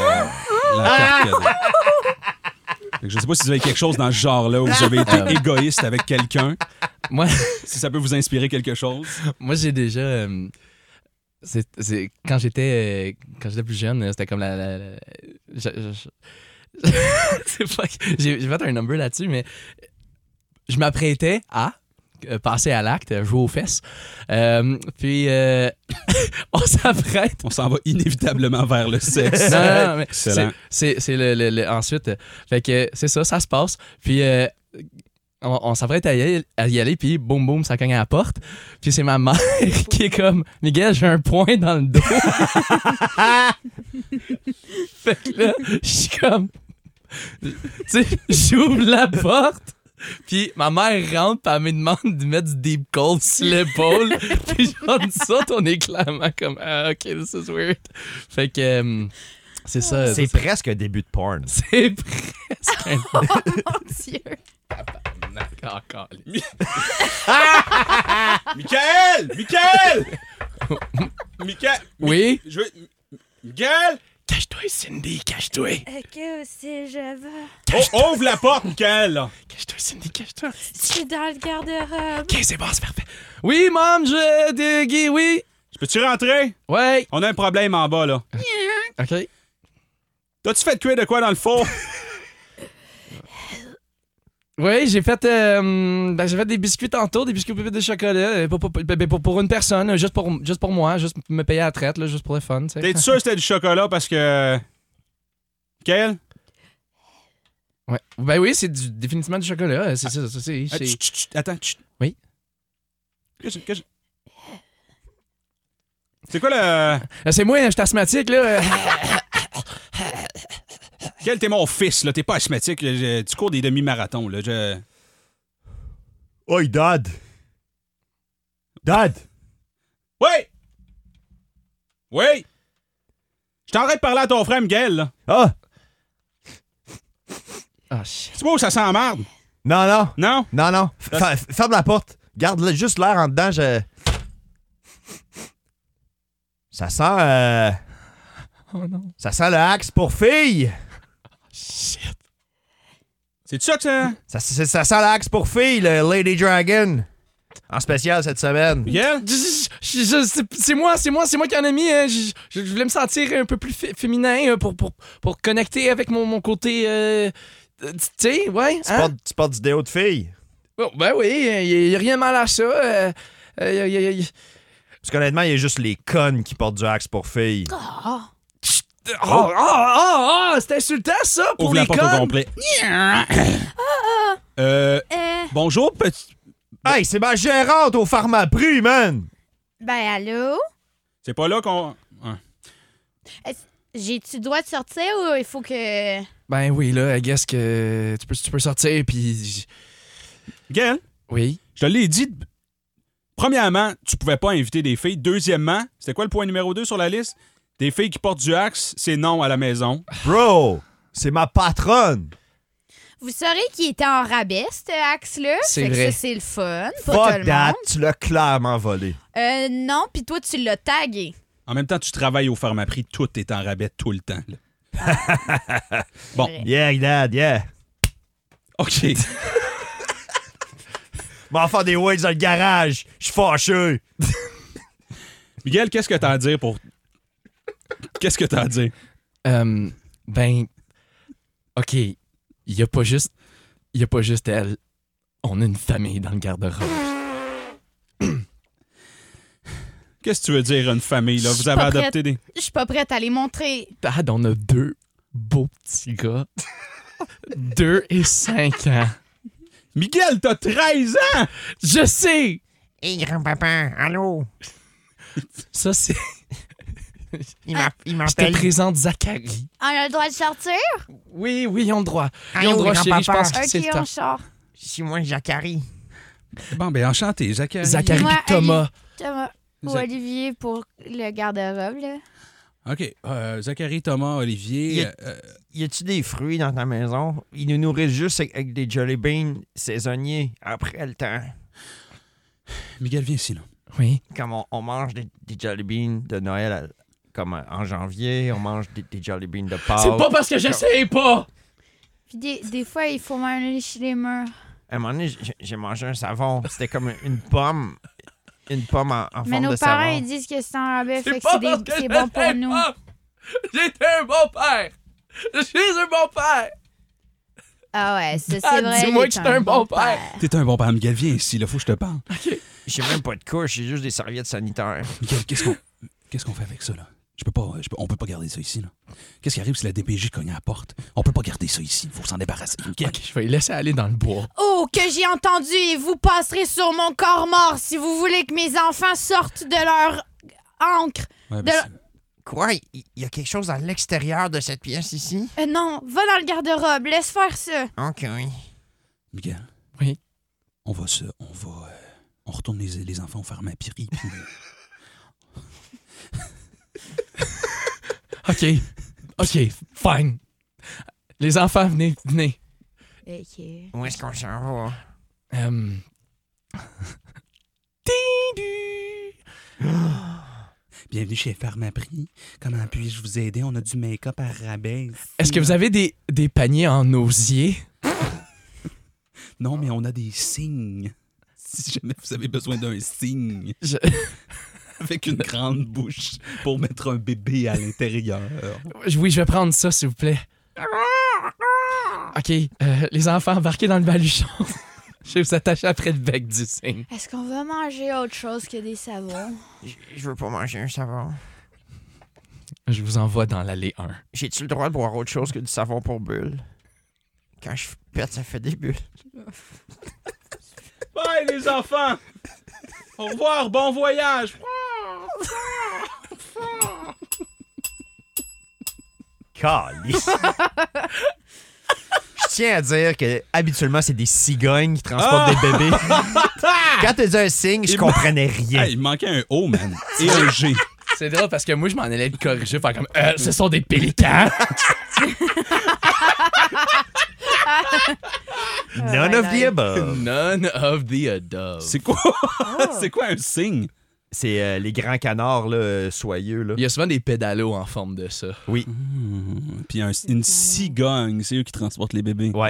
la carte cadeau. Fait que Je sais pas si vous avez quelque chose dans ce genre-là où vous avez été
Euh.
égoïste avec quelqu'un,
Moi,
si ça peut vous inspirer quelque chose.
moi j'ai déjà. euh, c'est, c'est- quand j'étais euh, quand j'étais plus jeune, euh, c'était comme la. la- la- je- je- je- c'est pas que- j'ai, j'ai fait un number là-dessus, mais je m'apprêtais à euh, passer à l'acte, euh, jouer aux fesses. Euh, puis euh, on s'apprête.
On s'en va inévitablement vers le sexe.
Non, non, non, mais c'est-
Excellent.
c'est c'est le, le- le- ensuite. euh, fait que euh, c'est ça, ça se passe. Puis euh, on, on s'apprête à y aller, à y aller, puis boum boum, ça cogne à la porte. Puis c'est ma mère qui est comme Miguel, j'ai un point dans le dos. fait que là, je suis comme tu sais, j'ouvre la porte. Puis ma mère rentre, puis elle me demande de mettre du deep cold sur l'épaule. puis genre, ça, on est clairement comme, ah, ok, this is weird. Fait que, euh, c'est ça.
C'est presque un début de porn.
C'est presque un
Mon Dieu.
tabarnak encore.
Michael! Michael! Michael!
Oui?
Je veux. Michael!
Cache-toi, Cindy, cache-toi.
Que si je veux,
Oh, ouvre la porte, Michael!
Cache-toi, Cindy, cache-toi.
je suis dans le garde-robe.
Ok, c'est bon, c'est parfait. Oui, maman, je. de- Guy, oui.
Je peux-tu rentrer?
Ouais.
On a un problème en bas, là.
Ok.
T'as-tu fait cuire de quoi dans le four?
Oui, j'ai fait, euh, ben, j'ai fait des biscuits tantôt, des biscuits aux pépites de chocolat, euh, pour, pour, ben, pour- pour une personne, euh, juste pour, juste pour moi, juste pour me payer à la traite, là, juste pour le fun. tu sais.
T'es-tu sûr que c'était du chocolat parce que. Euh, Michael?
Ouais. Ben oui, c'est du- définitivement du chocolat. euh, C'est ça, ça, c'est-
Ah,
c'est-
chut, chut, chut, Attends, chut.
Oui.
Qu'est-ce que. qu'est-ce que- C'est quoi le.
Euh, C'est moi, je suis asthmatique, là. euh.
Michael, t'es mon fils, là. T'es pas asthmatique. là. Je- Tu cours des demi-marathons, là. Je...
Oi, Dad! Dad!
Oui! Oui! Je t'arrête de parler à ton frère, Miguel, là.
Ah!
Ah, shit.
C'est beau, ça sent la merde.
Non, non!
Non?
Non, non! F-
Là,
fer- Ferme la porte! Garde le- juste l'air en dedans, je. Ça sent. euh,
Oh non.
Ça sent le axe pour filles!
Shit.
C'est ça que ça.
Ça, c'est- ça sent le axe pour filles, le Lady Dragon! En spécial cette semaine.
Miguel?
Je- je- je- C'est c'est moi, c'est moi, c'est moi qui en ai mis. hein. Je, je- je voulais me sentir un peu plus fé- féminin euh, pour, pour, pour connecter avec mon, mon côté. euh, euh, tu sais, ouais.
Tu,
hein?
portes, tu portes du déo de filles.
Bon, ben oui, il n'y a, rien de mal à ça. euh, euh, y a- y a- y a-
Parce qu'honnêtement, il y a juste les connes qui portent du axe pour filles.
Oh,
Oh, oh, oh, oh, c'est insultant ça pour
Ouvre
les Ah,
la porte au
connes.
complet. Euh,
Euh,
bonjour, petit.
Hey, c'est ma gérante au pharmaprix, man!
ben allô?
C'est pas là qu'on. Ouais.
J'ai-tu le droit de sortir ou il faut que...
Ben oui, là, I guess que tu peux, tu peux sortir puis
Miguel,
oui.
je te l'ai dit. Premièrement, tu pouvais pas inviter des filles. Deuxièmement, c'était quoi le point numéro 2 sur la liste? Des filles qui portent du axe, c'est non à la maison.
Bro, c'est ma patronne!
Vous saurez qu'il était en rabais, ce axe-là.
C'est
Fait que
vrai.
ça, c'est le fun. Pas tout
Fuck
le
that,
monde.
tu l'as clairement volé.
Euh, non, puis toi, tu l'as tagué.
En même temps, tu travailles au pharmaprix, tout est en rabais tout le temps. là. Bon.
Vrai.
Yeah, dad, yeah.
OK.
Mon enfant des Wades dans le garage, je suis fâché.
Miguel, qu'est-ce que t'as à dire pour. Qu'est-ce que t'as à dire?
Euh, ben ok, il y a pas juste, il y a pas juste elle. On a une famille dans le garde-robe.
Qu'est-ce que tu veux dire, une famille? Là?
Je
Vous
suis
avez
pas
adopté des.
Je suis pas prête à les montrer.
Dad, on a deux beaux petits gars, deux et cinq ans.
Miguel, t'as 13 ans!
Je sais.
Hé, grand-papa, allô?
Ça c'est.
Il m'a- il
Je te
m'appelle.
présente Zachary.
On a le droit de sortir?
Oui, oui, ils ont le droit. Ils ont
Allô,
le droit, chérie. Je
grand-papa.
pense que c'est
Ok,
le temps.
on sort.
C'est moi, Zachary.
Bon, ben, enchanté, Zachary.
Zachary
Moi,
puis Thomas.
Thomas ou
Zac-
Olivier pour le garde-robe, là.
OK. euh, Zachary, Thomas,
Y
Olivier.
a-
euh,
Y a-tu des fruits dans ta maison?
Ils nous nourrissent juste avec- avec des jelly beans saisonniers après le temps.
Miguel, viens ici, là.
Oui.
Comme on, on mange des, des jelly beans de Noël à- comme euh, en janvier, on mange des, des jelly beans de Pâques.
C'est pas parce que j'essaye pas.
Puis des, des fois, il faut manger chez les murs.
À un moment donné, j'ai- j'ai mangé un savon. C'était comme une pomme. Une pomme en, en
Mais
forme
nos
de
parents,
savon.
ils disent que c'est en rabais, fait que
pas
c'est
parce
des-
que
c'est
je
bon
l'ai
pour nous.
pas. J'étais un bon père. Je suis un bon père.
Ah ouais, ça c'est
Ah,
vrai.
dis-moi
il
que
est
je suis un bon père.
T'es un bon père, Miguel, viens ici, là, faut que je te parle.
J'ai même pas de couche, j'ai juste des serviettes sanitaires.
Miguel, qu'est-ce qu'on qu'est-ce qu'on fait avec ça, là? Je peux pas, je peux- on peut pas garder ça ici, là. Qu'est-ce qui arrive si la DPJ cogne à la porte? On peut pas garder ça ici, faut s'en débarrasser. Miguel,
Ah, Ok, je vais le laisser aller dans le bois.
Oh, que j'ai entendu et vous passerez sur mon corps mort si vous voulez que mes enfants sortent de leur encre.
Ouais, ben,
De-
c'est-
Quoi? Il il y, a quelque chose à l'extérieur de cette pièce ici?
Euh, non, va dans le garde-robe, laisse faire ça.
OK.
Miguel.
Oui.
On va se. On va. euh, on retourne les, les enfants au pharmapierie. Puis, euh,
OK. OK, fine. Les enfants, venez, venez.
Ok.
Où est-ce qu'on s'en va?
Euh... Tindu!
Bienvenue chez Pharmaprix. Comment puis-je vous aider? On a du make-up à rabais.
Est-ce que vous avez des, des paniers en osier?
Non, mais on a des signes. Si jamais vous avez besoin d'un signe
Je-
avec une grande bouche pour mettre un bébé à l'intérieur.
Oui, je vais prendre ça, s'il vous plaît. OK, euh, les enfants, embarquez dans le baluchon. je vais vous attacher après le bec du cygne.
Est-ce qu'on va manger autre chose que des savons?
J- Je veux pas manger un savon.
Je vous envoie dans l'allée 1.
J'ai-tu le droit de boire autre chose que du savon pour bulles? Quand je pète, ça fait des bulles.
Bye les enfants! Au revoir, bon voyage!
Calice. Je tiens à dire que habituellement, c'est des cigognes qui transportent des bébés. Quand tu dis un signe, je
Il
comprenais rien.
il manquait un O, man. Et un G.
C'est drôle parce que moi, je m'en allais le corriger, faire comme Euh, ce sont des pélicans!
None of the above.
None of the above.
C'est quoi? C'est quoi un signe?
C'est euh, les grands canards là, euh, soyeux. Là.
Il y a souvent des pédalos en forme de ça.
Puis un- une cigogne, c'est eux qui transportent les bébés.
Ouais.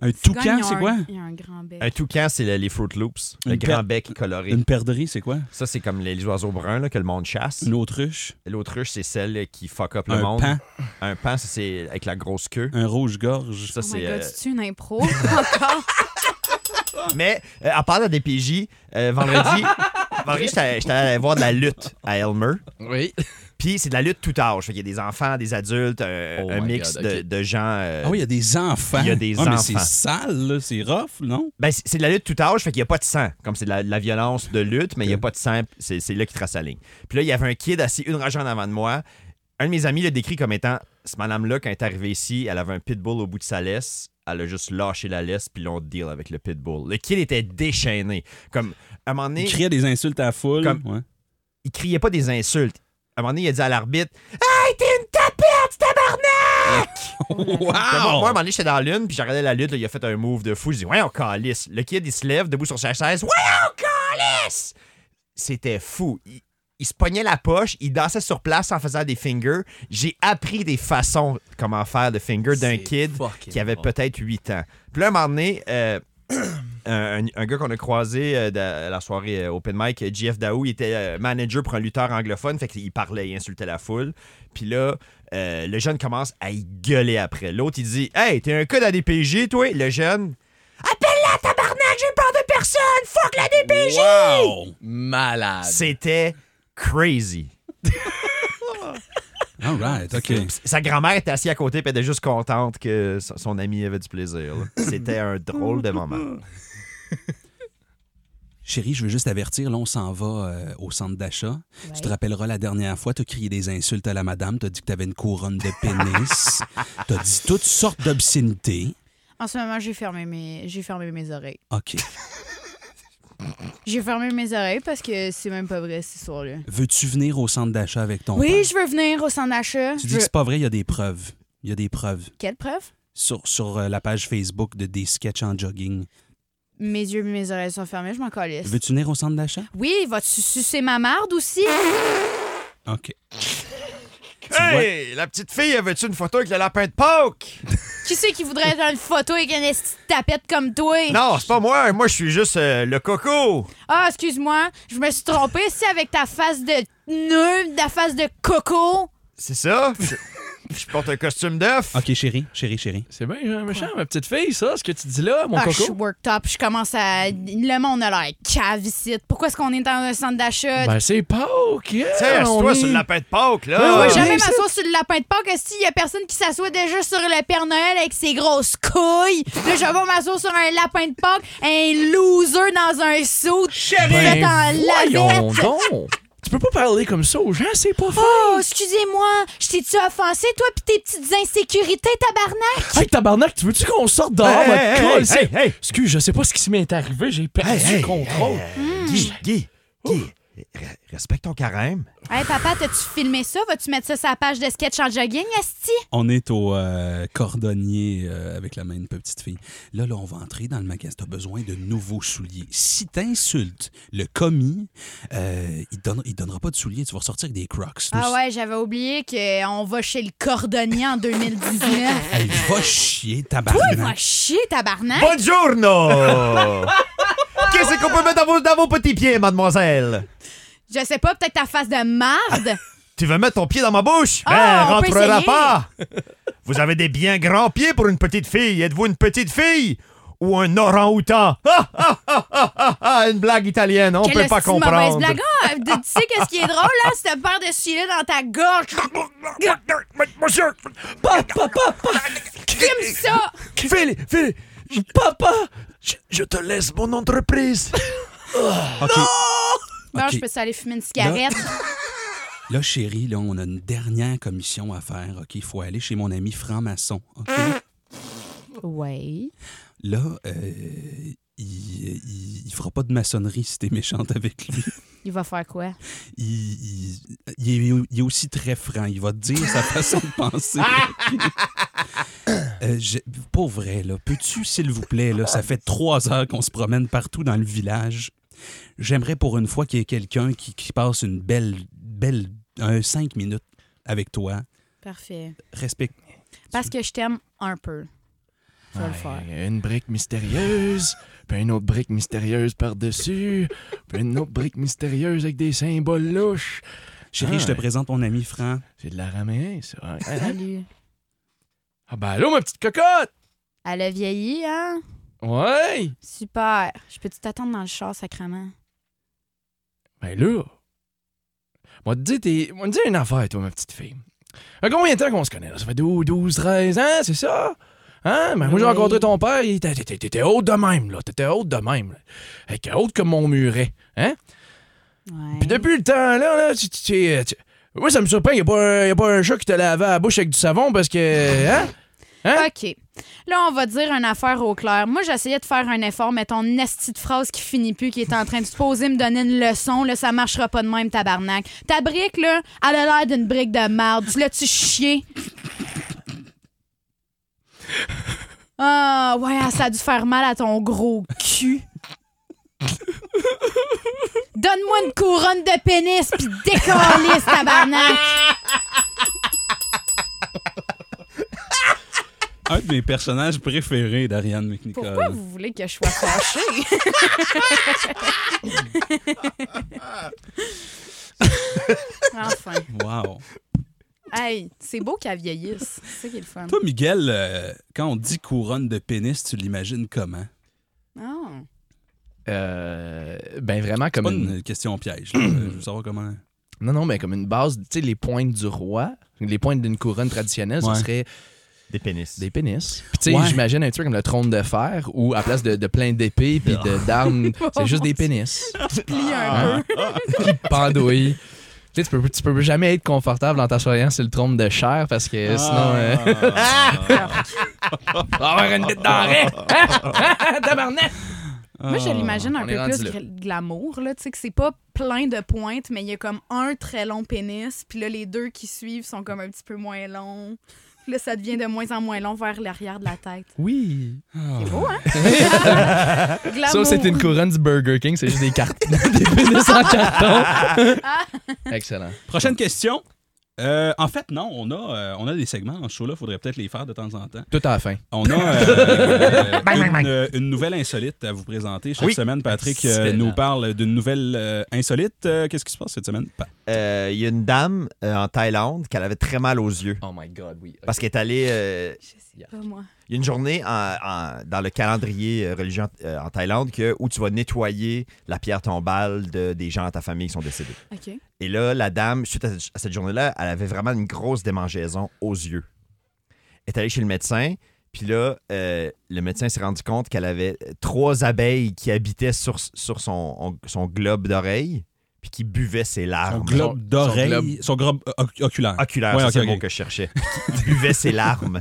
Un toucan, c'est quoi?
Il y a un grand bec.
Un toucan, c'est le- les Fruit Loops. Le
Une
grand
per-
bec coloré.
Une perdrix, c'est quoi?
Ça, c'est comme les, les oiseaux bruns là, que le monde chasse.
Une autruche?
L'autruche, c'est celle qui fuck up le
Un
monde.
pan?
Un pan, ça, c'est avec la grosse queue.
Un rouge-gorge?
Ça,
oh my
c'est.
god,
euh,
c'est une impro encore?
Mais euh, à part la DPJ, euh, vendredi, vendredi j'étais j'étais allé voir de la lutte à Elmer.
Oui.
Puis c'est de la lutte tout âge. Fait qu'il y a des enfants, des adultes, euh,
Oh
un
my
mix
God,
de,
ok.
de gens. euh,
Ah oui, il y a des enfants.
il y a des
Ah, mais
enfants.
c'est sale, là, c'est rough, non?
ben, c'est c'est de la lutte tout âge, fait qu'il n'y a pas de sang. Comme c'est de la, de la violence de lutte, mais il n'y a pas de sang. C'est c'est là qu'il trace la ligne. Puis là, il y avait un kid assis une rangée en avant de moi. Un de mes amis l'a décrit comme étant ce madame-là, quand elle est arrivée ici, elle avait un pitbull au bout de sa laisse. Elle a juste lâché la laisse, puis l'on deal avec le pitbull. Le kid était déchaîné. Comme, à un moment donné.
Il criait des insultes à la foule.
Comme-
Ouais.
il criait pas des insultes. À un moment donné, il a dit à l'arbitre Comme Ah, Moi, à un moment donné, j'étais dans la l'une, puis j'ai regardé la lutte, là, il a fait un move de fou. Je dis Ouais, on calisse. Le kid, il se lève debout sur sa chaise. Ouais, on calisse C'était fou. Il, il se pognait la poche, il dansait sur place en faisant des fingers. J'ai appris des façons comment faire de finger d'un kid qui avait peut-être 8 ans. Puis là, un moment donné, euh, un, un gars qu'on a croisé euh, de- à la soirée euh, Open Mic, euh, JF Daou, il était euh, manager pour un lutteur anglophone, fait qu'il parlait, il insultait la foule. Puis là, euh, le jeune commence à y gueuler après. L'autre, il dit Hey, t'es un code à DPJ, toi Le jeune. Appelle-la, tabarnak, j'ai peur de personne, fuck la DPJ
Wow!
Malade.
C'était crazy.
All right, OK.
Sa grand-mère était assise à côté, puis elle était juste contente que son- son ami avait du plaisir. là. C'était un drôle de moment.
Chérie, je veux juste avertir, là, on s'en va euh, au centre d'achat. Tu te rappelleras la dernière fois, t'as crié des insultes à la madame, t'as dit que t'avais une couronne de pénis, t'as dit toutes sortes d'obscénités.
En ce moment, j'ai fermé mes, j'ai fermé mes oreilles.
OK.
J'ai fermé mes oreilles parce que c'est même pas vrai cette histoire-là.
Veux-tu venir au centre d'achat avec ton père?
Oui, je veux venir au centre d'achat.
ben. Tu
Je
dis que
veux-
c'est pas vrai, il y a des preuves. Il y a des preuves.
Quelle preuve?
Sur, sur euh, la page Facebook de des sketchs en jogging.
Mes yeux et mes oreilles sont fermés, je m'en calisse.
Veux-tu venir au centre d'achat?
Oui, vas-tu sucer ma marde aussi?
OK.
Hey, la petite fille, avait-tu une photo avec le lapin de Pâques?
qui c'est qui voudrait être dans une photo avec une esti de tapette comme toi?
Non, c'est pas moi. Moi, je suis juste euh, le coco.
Ah, excuse-moi, je me suis trompée ici avec ta face de nœud, ta face de coco.
C'est ça? Je porte un costume d'œuf.
Ok, chérie, chérie, chérie.
C'est bien euh, méchant, ma petite fille, ça, ce que tu dis là, mon
Ah, je suis
coco.
worktop, je commence à. Le monde a l'air cave ici. Pourquoi est-ce qu'on est dans un centre d'achat?
Ben, c'est Pâques! yeah,
Tu sais,
on
assis-toi
est-
sur le lapin de Pâques,
Ouais,
Je
là.
ouais,
vais jamais
viens ici.
m'asseoir sur le lapin de Pâques s'il y a personne qui s'assoit déjà sur le Père Noël avec ses grosses couilles. Là, je vais m'asseoir sur un lapin de Pâques, un loser dans un saut.
Ben,
Fait en
voyons
lavette.
donc! Tu peux pas parler comme ça aux gens, c'est pas fort!
Oh, excusez-moi, je t'ai-tu offensé, toi, pis tes petites insécurités, tabarnak?
Hey, tabarnak, tu veux-tu qu'on sorte dehors,
Hey,
votre
hey,
colle?
hey,
C'est-
hey, hey.
Excuse, je sais pas ce qui m'est arrivé, j'ai perdu
Hey, hey,
le contrôle.
Guy, Guy, Guy, re- respecte ton carême.
Hey, papa, t'as-tu filmé ça? Vas-tu mettre ça sur la page de sketch en jogging, Asti?
On est au euh, cordonnier euh, avec la même petite fille. Là, là, on va entrer dans le magasin. T'as besoin de nouveaux souliers. Si t'insultes le commis, euh, il, donne, il donnera pas de souliers. Tu vas ressortir avec des crocs.
Ah ouais, j'avais oublié qu'on va chez le cordonnier en 2019.
Elle va chier,
Toi, va
tabarnak.
chier, tabarnak!
Buongiorno! Qu'est-ce qu'on peut mettre dans vos, dans vos petits pieds, mademoiselle?
Je sais pas, peut-être ta face de marde.
Tu veux mettre ton pied dans ma bouche? Ben,
Ah, on peut
rentrera
essayer.
pas! Vous avez des bien grands pieds pour une petite fille. Êtes-vous une petite fille? Ou un orang-outan? Ah, ah, ah, ah, ah, ah, une blague italienne, on
Quelle
peut pas
hostie de mauvaise
comprendre.
blague. Ah, tu tu sais qu'est-ce qui est drôle, là? C'est de faire de celui-là dans ta gorge.
Monsieur!
Papa, papa,
Crime ça!
Fais-le, fais-le. Je-
papa!
Je, je te laisse mon entreprise.
Ok.
Non,
Ok.
je peux ça aller fumer une cigarette.
Là, chérie, là, on a une dernière commission à faire. OK, il faut aller chez mon ami franc-maçon. OK?
Ah. Oui.
Là, euh, il, il, il fera pas de maçonnerie si t'es méchante avec lui.
Il va faire quoi?
il, il- il est, il est aussi très franc. Il va te dire sa façon de penser. Euh, je- pour vrai, là, peux-tu, s'il vous plaît, là, ça fait trois heures qu'on se promène partout dans le village. J'aimerais pour une fois qu'il y ait quelqu'un qui, qui passe une belle, belle, un cinq minutes avec toi.
Parfait.
Respecte.
Parce que je t'aime un peu. Je vais le faire.
Ouais, Une brique mystérieuse, puis Ben, une autre brique mystérieuse par-dessus, puis une autre brique mystérieuse avec des symboles louches.
Chérie,
Ah,
je te présente mon ami Franc.
C'est de l'araméen, ça. hein?
Salut.
Ah ben allô, ma petite cocotte!
Elle a vieilli, hein?
Ouais!
Super. Je peux-tu t'attendre dans le char, sacrement?
Ben là... Moi, te dire, t'es- moi, te dire une affaire, toi, ma petite fille. Fait combien de temps qu'on se connaît, là? Ça fait 12, 12 13 ans, c'est ça? Hein? Ben, moi, j'ai
Oui.
rencontré ton père, il était- t'étais t'étais haute de même, là. T'étais haute de même, là. Fait que haute comme mon muret, hein?
Ouais.
Puis depuis le temps, là, là, tu, tu- tu- tu- Moi, ça me surprend, il n'y a, pas un chat qui te lavait la bouche avec du savon parce que. Hein? Hein?
OK. Là, on va dire une affaire au clair. Moi, j'essayais de faire un effort, mais ton esti de phrase qui finit plus, qui est en train de supposer me donner une leçon, là, ça marchera pas de même, tabarnak. Ta brique, là, elle a l'air d'une brique de merde. Tu l'as-tu chié? Ah, ouais, ça a dû faire mal à ton gros cul. Donne-moi une couronne de pénis, puis décolle, tabarnak!
Un de mes personnages préférés d'Ariane McNichol.
Euh,
Pourquoi vous voulez que je sois fâchée? enfin.
Wow.
Hey, c'est beau qu'elle vieillisse. C'est ça qui est le fun.
Toi, Miguel, euh, quand on dit couronne de pénis, tu l'imagines comment?
Oh.
Euh, ben vraiment comme
Pas
une...
une question piège. là. Je veux savoir comment.
Non, non, mais comme une base. Tu sais, les pointes du roi, les pointes d'une couronne traditionnelle, ce
Ouais.
serait
Des pénis.
des pénis. Puis tu sais,
Ouais.
j'imagine un truc comme le trône de fer où à place de, de plein d'épées puis de- d'armes, c'est juste des pénis.
Plie un peu.
Hein? qui pendouillent. Tu sais, tu peux, tu peux jamais être confortable en t'assoyant sur le trône de chair parce que sinon. euh, On va avoir une bite d'arrêt! Tabarnak!
Moi, je l'imagine un
Ah. on est
peu
rendu
plus
là.
gl- glamour, là. Tu sais, que c'est pas plein de pointes, mais il y a comme un très long pénis. Puis là, les deux qui suivent sont comme un petit peu moins longs. Puis Là, ça devient de moins en moins long vers l'arrière de la tête.
Oui!
C'est beau, hein?
Ça,
Glamour.
c'est une couronne du Burger King, c'est juste des cartes. des pénis en carton. Excellent.
Prochaine Ah. question. Euh, en fait, non, on a, euh, on a des segments dans ce show-là, faudrait peut-être les faire de temps en temps.
Tout à la fin.
On a euh,
Bang, bang,
une,
bang.
euh, une nouvelle insolite à vous présenter. Chaque
Oui.
semaine, Patrick euh,
Excellent.
nous parle d'une nouvelle euh, insolite. Euh, Qu'est-ce qui se passe cette semaine? Pa-
Euh, Il y a une dame euh, en Thaïlande qu'elle avait très mal aux yeux.
Oh my god, oui.
Parce qu'elle est allée. euh,
Je sais pas, moi.
Il y a une journée en- en- dans le calendrier euh, religieux en, euh, en Thaïlande que, où tu vas nettoyer la pierre tombale de- des gens de ta famille qui sont décédés.
OK.
Et là, la dame, suite à cette, à cette journée-là, elle avait vraiment une grosse démangeaison aux yeux. Elle est allée chez le médecin, puis là, euh, le médecin s'est rendu compte qu'elle avait trois abeilles qui habitaient sur, sur son, son globe d'oreille, puis qui buvaient ses
Son
larmes.
globe
globe.
d'oreille. Son globe euh, oc- oculaire.
Oculaire,
Ouais,
ça,
ok,
c'est le
ok.
mot que je cherchais. Qui buvait ses larmes.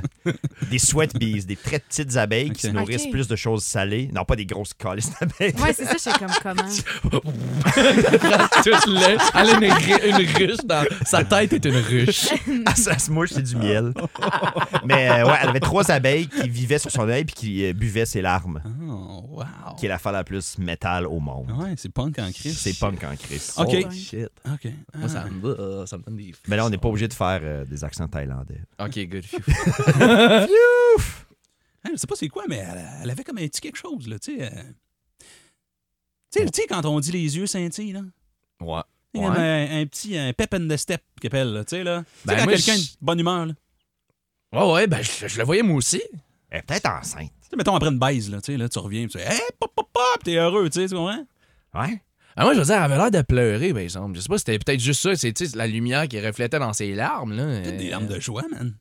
Des sweat bees, des très petites abeilles qui
Ok.
se nourrissent
Ok.
plus de choses salées. Non, pas des grosses calices d'abeilles.
Ouais, c'est ça, j'étais comme comment.
Toute lait. Elle a une, ru- une ruche dans. Sa tête est une ruche.
Ah, ça se mouche, c'est du miel. Mais euh, ouais, elle avait trois abeilles qui vivaient sur son œil puis qui euh, buvaient ses larmes,
Oh, wow.
qui est la fin la plus métal au monde.
Ouais, c'est punk en crise.
C'est punk en crise.
Ok.
Oh shit.
OK.
Moi, ça
Ah.
me, va, ça me donne des.
Mais là, on n'est pas obligé de faire euh, des accents thaïlandais.
Ok, good.
Hein, je sais pas c'est quoi, mais elle, elle avait comme un petit quelque chose, là, tu sais. euh. Tu sais, tu sais, quand on dit les yeux scintillent, là.
Ouais.
Il y a
Ouais.
comme un, un petit un pep and the step qu'il appelle, là, tu sais, là. Tu sais,
Ben,
quand
moi,
quelqu'un
je-
est de bonne humeur, là.
Ouais, ouais, ben je, je le voyais moi aussi.
Elle est peut-être enceinte.
Tu sais, mettons, après une baise, là, tu sais, là, tu reviens, tu fais « Hey, pop, pop, pop! » T'es heureux, tu sais, tu comprends?
Ouais.
Ah, moi, je veux dire, elle avait l'air de pleurer, par exemple. Je sais pas, c'était peut-être juste ça. C'est tu sais, la lumière qui reflétait dans ses larmes, là.
Peut-être des larmes
Euh,
de joie, man.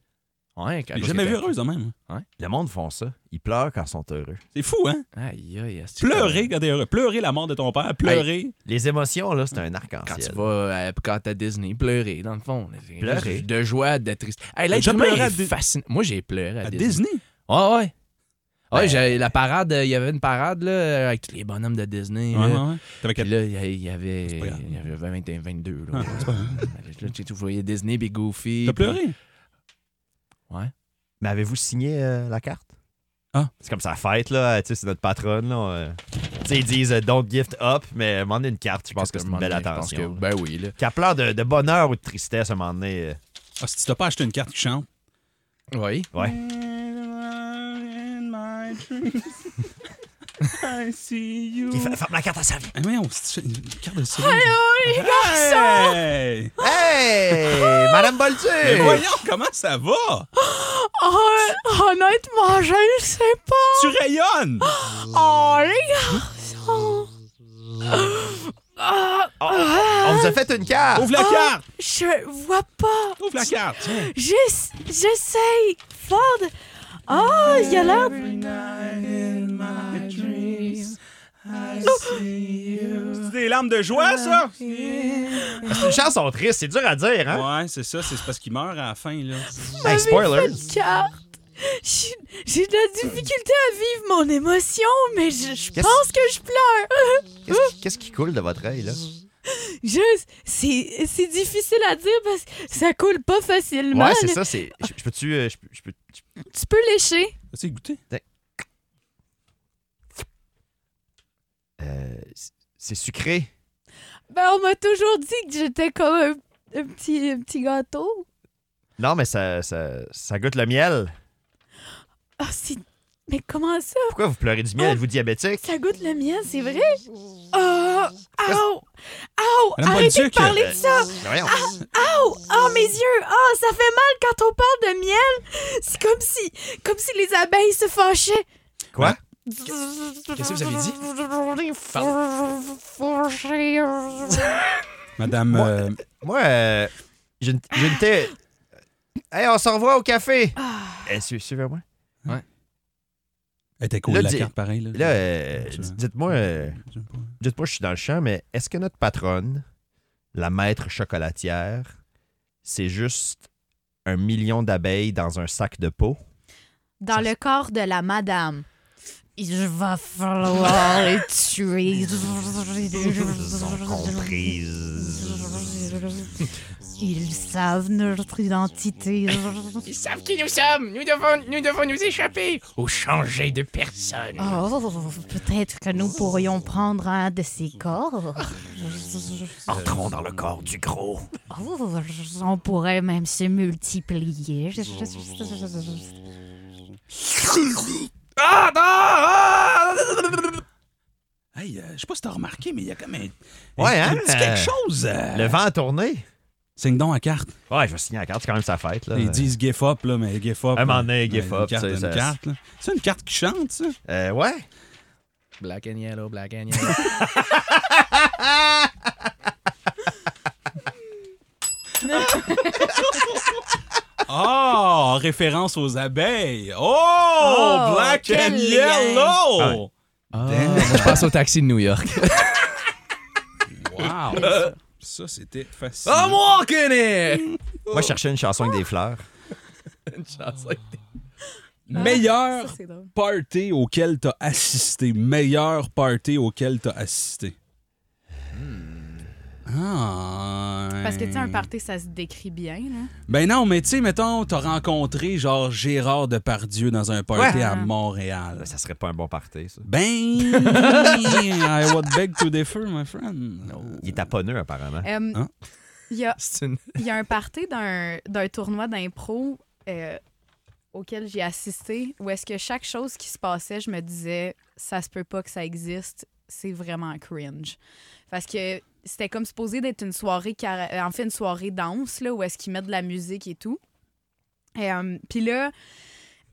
Ouais, quand
J'ai jamais vu heureuse, de même. hein.
Le monde font ça. Ils pleurent quand ils sont heureux.
C'est fou, hein?
Aïe, aïe, est-ce que-
Pleurer quand t'es heureux. Pleurer la mort de ton père. Pleurer.
Les émotions, là, c'est un
Quand tu
arc-en-ciel.
vas à Epcot à Disney, pleurer, dans le fond. C'est
Pleurer.
De joie, de tristesse. Hey,
T'as
l'être
déjà
humain
pleuré à
est
Di-
fascinant. Moi, j'ai pleuré à,
à
Disney.
Disney.
Ouais, ouais. Ouais, j'ai- la parade, euh, il y avait une parade là, avec tous les bonhommes de Disney.
Ouais,
là.
ouais, ouais. T'avais
Puis
quatre-
là, il y a- il y avait,
pas grave.
il y avait 21, 22. Là,
Ah, c'est pas grave.
là tu sais, tu voyais Disney, Big Goofy.
T'as
puis-
pleuré?
Mais avez-vous signé euh, la carte?
Ah.
C'est comme sa fête, là. Tu sais, c'est notre patronne, là. euh. Tu sais, ils disent euh, don't gift up, mais demander une carte, je pense que c'est une belle
Je pense
attention.
que-
là.
ben oui, là.
Qu'elle pleure de, de bonheur ou de tristesse à un moment donné. euh,
Ah, si tu t'as pas acheté une carte qui chante.
Oui.
Ouais.
I see you.
Mmh.
Qui fait- ferme la carte à sa vie.
Ah, mais on se une carte de soleil.
Oh,
Allô, oh, les garçons! Hey!
Mmh.
Hey! Madame Bolduc!
Mais voyons, comment ça va?
Oh, honnêtement, je ne sais pas.
Tu rayonnes!
Oh, les garçons. Ah,
On vous a fait une carte!
Ouvre la carte!
je vois pas.
Ouvre la carte!
J'ess- J'essaye fort de... Oh, il y a l'air...
C'est des larmes de joie, ça?
C'est une chanson triste, c'est dur à dire, hein?
Ouais, c'est ça, c'est parce qu'il meurt à la fin, là.
Hey, spoilers!
Une carte. J'ai j'ai de la difficulté à vivre mon émotion, mais je, je
Qu'est-ce-
pense que je pleure.
Qu'est-ce qui- Qu'est-ce qui coule de votre œil, là?
Je- c'est c'est difficile à dire parce que ça coule pas facilement.
Ouais, c'est
là.
ça, c'est. Je je peux-tu. euh, Je peux. je peux- je-
Tu peux lécher.
T'as-tu goûté?
euh, c'est- c'est sucré.
Ben, on m'a toujours dit que j'étais comme un, un petit, un petit gâteau.
Non, mais ça, ça, ça goûte le miel.
Ah, c'est... Mais comment ça?
Pourquoi vous pleurez du miel? Êtes-vous diabétique?
Ça goûte le miel, c'est vrai? Oh! Ow! Ow!
Madame
Arrêtez de
Bolduc.
parler de ça!
Mais voyons.
Oh! Oh, mes yeux! Oh, ça fait mal quand on parle de miel! C'est comme si... Comme si les abeilles se fâchaient.
Quoi?
Qu'est-ce que vous avez dit?
Madame. euh,
Moi, euh, j'ai une j'ai une thé. Hey, on se revoit au café. Eh, su- Suivez-moi.
Elle était cool,
Là,
la
dis-
carte, pareil, là.
Là, euh,
Je-
d- dites-moi, euh,
je sais pas.
dites-moi, je suis dans le champ, mais est-ce que notre patronne, la maître chocolatière, c'est juste un million d'abeilles dans un sac de peau?
Dans le corps de la madame. Il va falloir les tuer.
Comprise.
Ils savent notre identité.
Ils savent qui nous sommes. Nous devons nous, devons nous échapper ou changer de personne.
Oh, peut-être que nous pourrions prendre un de ces corps.
Entrons dans le corps du gros.
Oh, on pourrait même se multiplier.
Ah, non! Ah!
Hey, euh, je sais pas si t'as remarqué, mais il y a comme un, un-
Ouais,
un
hein,
petit
euh,
quelque chose. euh.
Le vent a tourné.
Signe donc à carte.
Ouais, je vais signer la carte, c'est quand même sa fête. Là.
Ils disent Giff Up, là, mais Giff Up.
Un moment
là,
donné, Giff
une
Up,
carte,
tu sais,
une
ça-
carte, là. C'est une carte qui chante, ça.
Euh, ouais.
Black and yellow, black and yellow.
Ah, en référence aux abeilles. Oh,
Oh,
black
quel
and
lien.
yellow.
Ah, je passe au taxi de New York.
Euh.
Wow. Ça, c'était
Ah,
facile.
I'm walking it!
Moi, je cherchais une chanson avec des fleurs.
Une chanson.
Ah.
Meilleur
Ça, c'est drôle.
party auquel t'as assisté. Meilleur party auquel t'as assisté.
Hmm.
Ah.
Parce que, tu sais, un party, ça se décrit bien, là.
Ben non, mais tu sais, mettons, t'as rencontré genre Gérard Depardieu dans un party à Montréal.
Ça serait pas un bon party, ça.
Ben, I would beg to differ, my friend.
Il est taponneux, apparemment.
Euh,
Hein?
Il y a
C'est une.
Il y a un party d'un d'un tournoi d'impro euh, auquel j'ai assisté où est-ce que chaque chose qui se passait, je me disais, ça se peut pas que ça existe, c'est vraiment cringe. Parce que c'était comme supposé d'être une soirée, cara- euh, en fait, une soirée danse, là, où est-ce qu'ils mettent de la musique et tout. Et, euh, Puis là,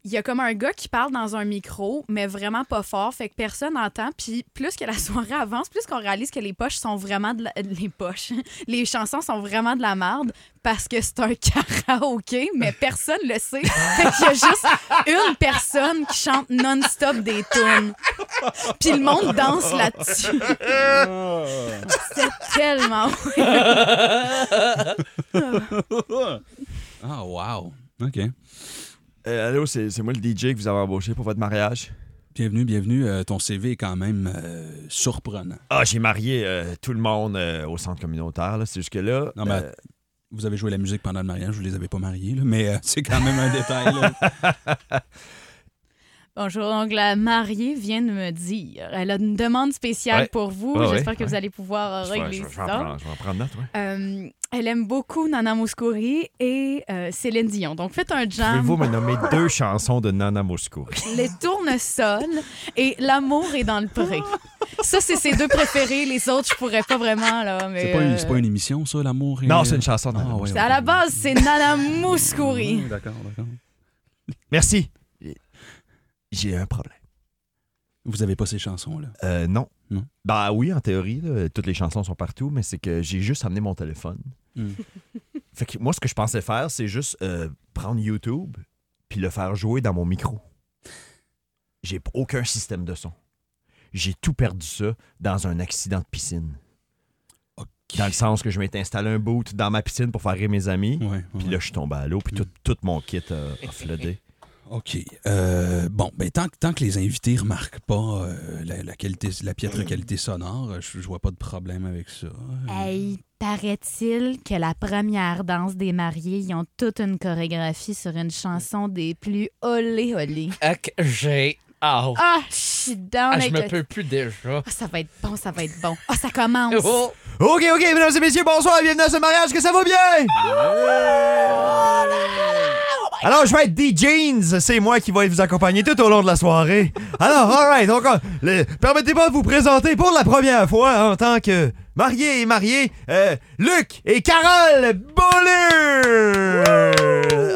il y a comme un gars qui parle dans un micro, mais vraiment pas fort, fait que personne n'entend. Puis plus que la soirée avance, plus qu'on réalise que les poches sont vraiment de la- les poches, les chansons sont vraiment de la merde parce que c'est un karaoké, mais personne le sait. Fait qu'il y a juste une personne qui chante non-stop des tunes. Puis le monde danse là-dessus. C'est tellement
Ah, wow. OK.
Euh, allô, c'est c'est moi le DJ que vous avez embauché pour votre mariage.
Bienvenue, bienvenue. Euh, ton CV est quand même euh, surprenant.
Ah, j'ai marié euh, tout le monde euh, au centre communautaire. là. C'est jusque-là. euh,
Non, mais
Euh.
vous avez joué la musique pendant le mariage, vous les avez pas mariés, là, mais euh, c'est quand même un détail. là.
Bonjour, donc la mariée vient de me dire. Elle a une demande spéciale
Ouais.
pour vous.
Ouais,
J'espère
ouais,
que vous allez pouvoir euh,
je, vais,
régler
je vais- je vais en
ça.
prendre, je vais en prendre note, ouais.
Euh, elle aime beaucoup Nana Mouskouri et euh, Céline Dion. Donc faites un jam.
Pouvez-vous me nommer deux chansons de Nana Mouskouri?
les tournesols et l'amour est dans le pré. Ça, c'est ses deux préférés. Les autres, je pourrais pas vraiment, là. Mais,
C'est pas, une-
euh,
c'est pas une émission, ça, l'amour? et-
Non, c'est une chanson de
Ah,
Nana
ouais,
Mouskouri.
c'est À la base, c'est Nana Mouskouri.
Mmh, D'accord, d'accord.
Merci. J'ai un problème.
Vous avez pas ces chansons-là.
Euh, non.
Non.
Bah oui, en théorie, là, toutes les chansons sont partout, mais c'est que j'ai juste amené mon téléphone.
Mm.
fait que moi, ce que je pensais faire, c'est juste euh, prendre YouTube puis le faire jouer dans mon micro. J'ai p- aucun système de son. J'ai tout perdu ça dans un accident de piscine.
OK.
Dans le sens que je m'étais installé un boot dans ma piscine pour faire rire mes amis.
Ouais, ouais.
Puis là, je suis tombé à l'eau, puis tout, tout mon kit euh, a flotté.
OK. Euh, bon, ben, tant, que- tant que les invités ne remarquent pas euh, la, la qualité, la piètre qualité sonore, euh, je, je vois pas de problème avec ça. Euh,
Hey, paraît-il que la première danse des mariés, ils ont toute une chorégraphie sur une chanson des plus olé olé.
Ac- j'ai. out.
Ah, je suis down
Ah, je
avec
me
le-
peux plus déjà.
Ah, ça va être bon, ça va être bon. Ah, ça commence.
Oh.
OK, OK, mesdames et messieurs, bonsoir, bienvenue à ce mariage, que ça va bien? Alors, je vais être D-Jeans, c'est moi qui vais vous accompagner tout au long de la soirée. Alors, alright, donc, euh, le- permettez-moi de vous présenter pour la première fois en tant que marié et marié, euh, Luc et Carole Boller!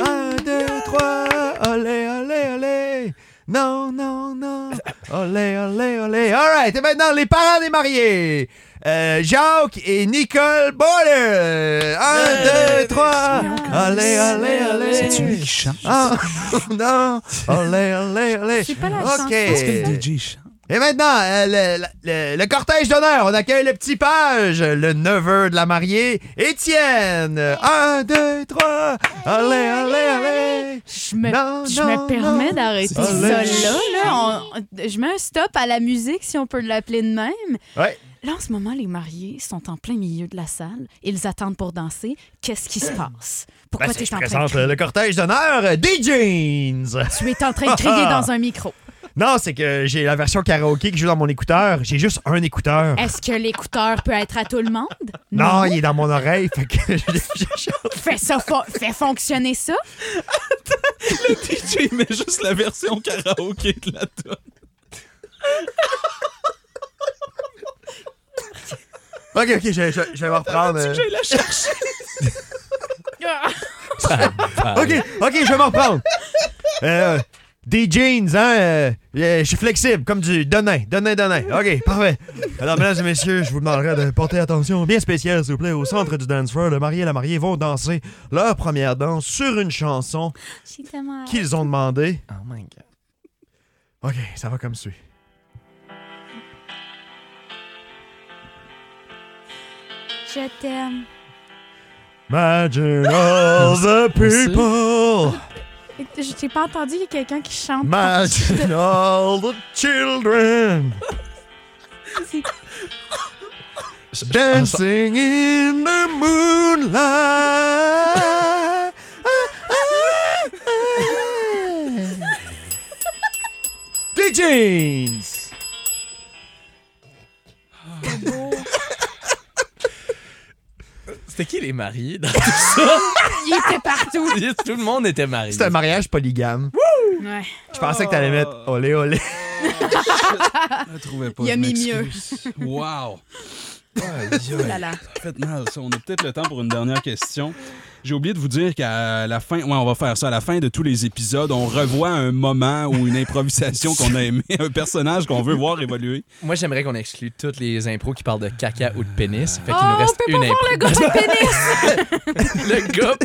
Un, deux, trois, olé, olé, olé! Non, non, non. Olé, olé, olé. All right. Et maintenant, les parents des mariés. Euh, Jacques et Nicole Boller. Un, deux, trois. Olé, olé, olé.
C'est lui qui chante.
Ah, non. Olé, olé, olé.
J'ai pas la hein.
OK.
Est-ce que le DJ chante?
Et maintenant, euh, le, le- le cortège d'honneur. On accueille le petit page, le neveu de la mariée, Étienne. Un, deux, trois. Olé, olé, olé.
Je me,
Non,
je
non,
me
non.
permets d'arrêter
Oh,
ça
le
là. là. On- on- je mets un stop à la musique, si on peut l'appeler de même.
Ouais. ben,
Là, en ce moment, les mariés sont en plein milieu de la salle. Ils attendent pour danser. Qu'est-ce qui se passe? Pourquoi
Ben,
tu
c'est-
es
je
en train de
présente le, le cortège d'honneur euh, des jeans.
Tu es en train de crier dans un micro.
Non, c'est que j'ai la version karaoké qui joue dans mon écouteur. J'ai juste un écouteur.
Est-ce que l'écouteur peut être à tout le monde?
Non, il est dans mon oreille. Fait que je, je- je-
Fais ça, fo- fais fonctionner ça.
DJ met juste la version karaoké de la toune.
Ok, ok, je, je- je vais me reprendre. euh.
Ah.
Ok, ok, je vais me reprendre. Euh, des jeans, hein? euh, euh, je suis flexible, comme du donin, donin, donin. Ok, parfait. Alors, mesdames et messieurs, je vous demanderai de porter attention bien spéciale, s'il vous plaît, au centre du dance floor. Le marié et la mariée vont danser leur première danse sur une chanson
J'ai tellement-
qu'ils ont demandée.
Oh my god.
Ok, ça va comme suit.
Je t'aime.
Imagine all the people.
Je t'ai pas entendu, il y a quelqu'un qui chante.
Imagine all the children. Dancing in the moonlight. Des jeans.
C'était qui les mariés? dans-
Il était partout.
Tout le monde était marié.
C'est un mariage polygame.
Ouais.
Je pensais que t'allais mettre olé olé.
Je la trouvais pas.
Il a
je
mis
m'excuse. Wow!
Ouh là là.
fait mal, ça. On a peut-être le temps pour une dernière question. J'ai oublié de vous dire qu'à la fin, ouais, on va faire ça, à la fin de tous les épisodes, on revoit un moment ou une improvisation qu'on a aimé, un personnage qu'on veut voir évoluer.
Moi, j'aimerais qu'on exclue toutes les impros qui parlent de caca ou de pénis. Fait
Oh,
qu'il nous
on
reste
peut pas
une
voir
impro.
le gars de pénis.
Le gars.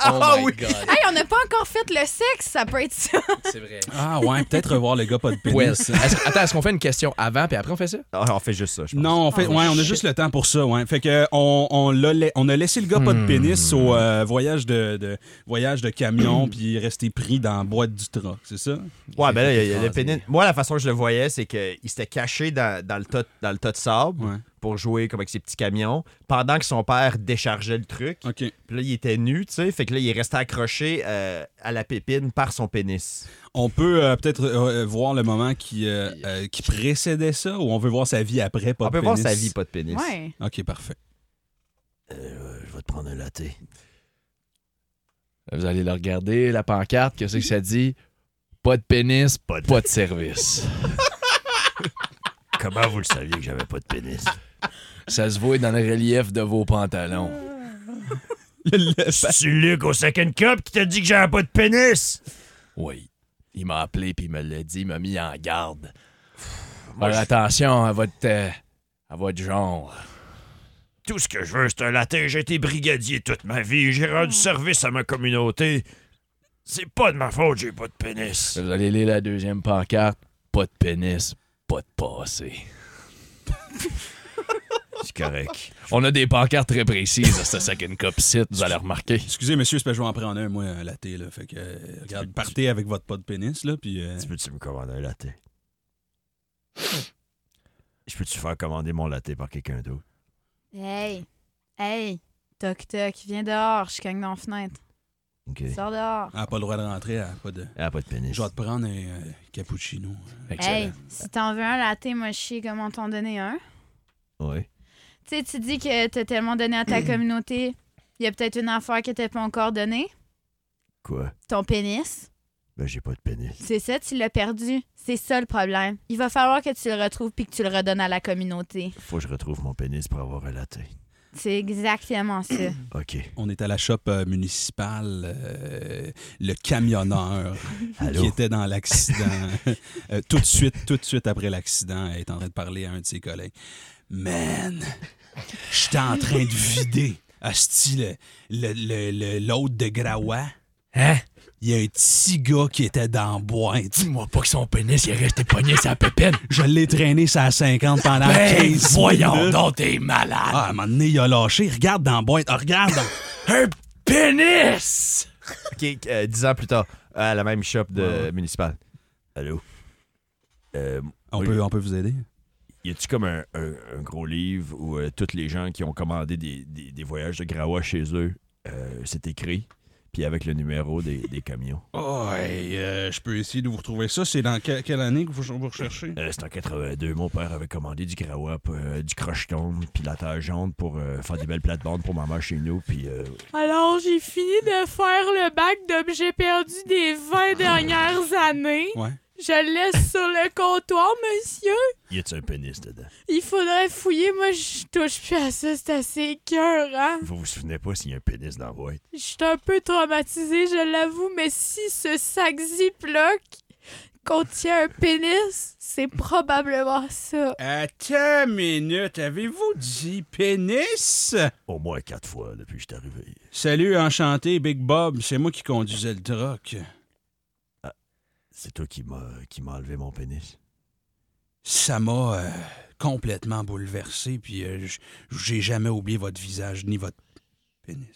Ah
Oh my god.
hey, on n'a pas encore fait le sexe, ça peut être ça.
C'est vrai.
Ah ouais, peut-être revoir le gars pas de pénis.
Well, est-ce- attends, est-ce qu'on fait une question avant puis après on fait ça?
Ah, on fait juste ça, je
Non, on fait,
Oh,
ouais, on a
shit.
juste le temps pour ça, ouais. Fait que on, on l'a la- on a laissé le gars pas de pénis
Hmm.
au euh, voyage de, de- voyage de camion, puis il est resté pris dans la boîte du truck, c'est ça?
Ouais, ben là, il y a- il y a
Ah,
le
c'est-
pénis. Moi, la façon que je le voyais, c'est qu'il s'était caché dans, dans le tas, de- dans le tas de sable
Ouais.
pour jouer comme avec ses petits camions pendant que son père déchargeait le truc.
Ok.
Puis là, il était nu, tu sais. Fait que là, il est resté accroché euh, à la pépine par son pénis.
On peut euh, peut-être euh, euh, voir le moment qui, euh, euh, qui précédait ça, ou on veut voir sa vie après, pas
On
de
peut
pénis?
voir sa vie, pas de pénis.
Ouais.
Ok, parfait.
Je vais te prendre un latte.
Vous allez le regarder, la pancarte, qu'est-ce que ça dit? Pas de pénis, pas de, pas de service.
Comment vous le saviez que j'avais pas de pénis?
Ça se voit dans le relief de vos pantalons.
C'est Luc au Second Cup qui t'a dit que j'avais pas de pénis!
Oui. Il m'a appelé puis il me l'a dit, il m'a mis en garde. Faire attention à votre, euh, à votre genre.
Tout ce que je veux, c'est un latte. J'ai été brigadier toute ma vie. J'ai rendu service à ma communauté. C'est pas de ma faute, j'ai pas de pénis.
Vous allez lire la deuxième pancarte. Pas de pénis, pas de passé.
C'est correct.
On a des pancartes très précises à ce Second Cup site, vous allez remarquer.
Excusez, monsieur, c'est parce que je vais en prendre un, moi, un latte, là. Fait que, euh, regarde, partez avec votre pas de pénis, là, puis... euh,
Tu peux-tu me commander un latte? Je peux-tu faire commander mon latte par quelqu'un d'autre?
Hey, hey, toc toc, viens dehors, je cogne dans la fenêtre.
Ok.
Sors dehors.
elle a pas le droit de rentrer, elle a pas de...
Ah, pas de pénis.
Je vais te prendre un euh, cappuccino.
Hey, si t'en veux un latte, moi je sais comment t'en donner un.
Ouais.
Tu sais, tu dis que t'as tellement donné à ta communauté, il y a peut-être une affaire qui t'es pas encore donnée.
Quoi?
Ton pénis.
Ben, j'ai pas de pénis.
C'est ça, tu l'as perdu. C'est ça le problème. Il va falloir que tu le retrouves puis que tu le redonnes à la communauté.
Faut que je retrouve mon pénis pour avoir un latte.
C'est exactement ça.
Ok.
On est à la shop euh, municipale, euh, le camionneur
Allô?
qui était dans l'accident. euh, tout de suite, tout de suite après l'accident, elle est en train de parler à un de ses collègues. Man, j'étais en train de vider, asti, le- le- le- le- l'autre de Graoua.
Hein?
Il y a un petit gars qui était dans la boîte.
Dis-moi pas que son pénis, il est resté pogné sa pépine.
Je l'ai traîné sa 50 pendant
Ben,
15
voyons
minutes.
donc, t'es malade.
Ah, à un moment donné, il a lâché. Regarde dans la boîte. Ah, regarde.
Un pénis!
Ok, euh, dix ans plus tard, à la même shop de municipale. Allô? Euh,
on,
Oui.
peut, on peut vous aider?
Y a-tu comme un, un- un gros livre où euh, tous les gens qui ont commandé des, des- des voyages de Grawa chez eux, euh, c'est écrit, puis avec le numéro des, des camions?
Oh, hey, euh, je peux essayer de vous retrouver ça. C'est dans que- quelle année que vous, vous recherchez?
Euh, c'est en 82, mon père avait commandé du Grawa, p- euh, du crocheton, puis la terre jaune pour euh, faire des belles plates-bandes pour maman chez nous, puis euh,
Alors, j'ai fini de faire le bac d'objets perdus des 20 dernières années.
Ouais.
Je le laisse sur le comptoir, monsieur.
y a-tu un pénis dedans?
Il faudrait fouiller. Moi, je touche plus à ça. C'est assez écœurant.
Vous vous souvenez pas s'il y a un pénis dans la boîte?
Je suis un peu traumatisée, je l'avoue, mais si ce sac Ziploc contient un pénis, c'est probablement ça.
Attends une minute, avez-vous dit pénis?
Au moins quatre fois depuis que je suis arrivé.
Salut, enchanté, Big Bob. C'est moi qui conduisais le troc.
C'est toi qui m'as qui m'a enlevé mon pénis.
Ça m'a euh, complètement bouleversé, puis euh, j- j'ai jamais oublié votre visage ni votre pénis.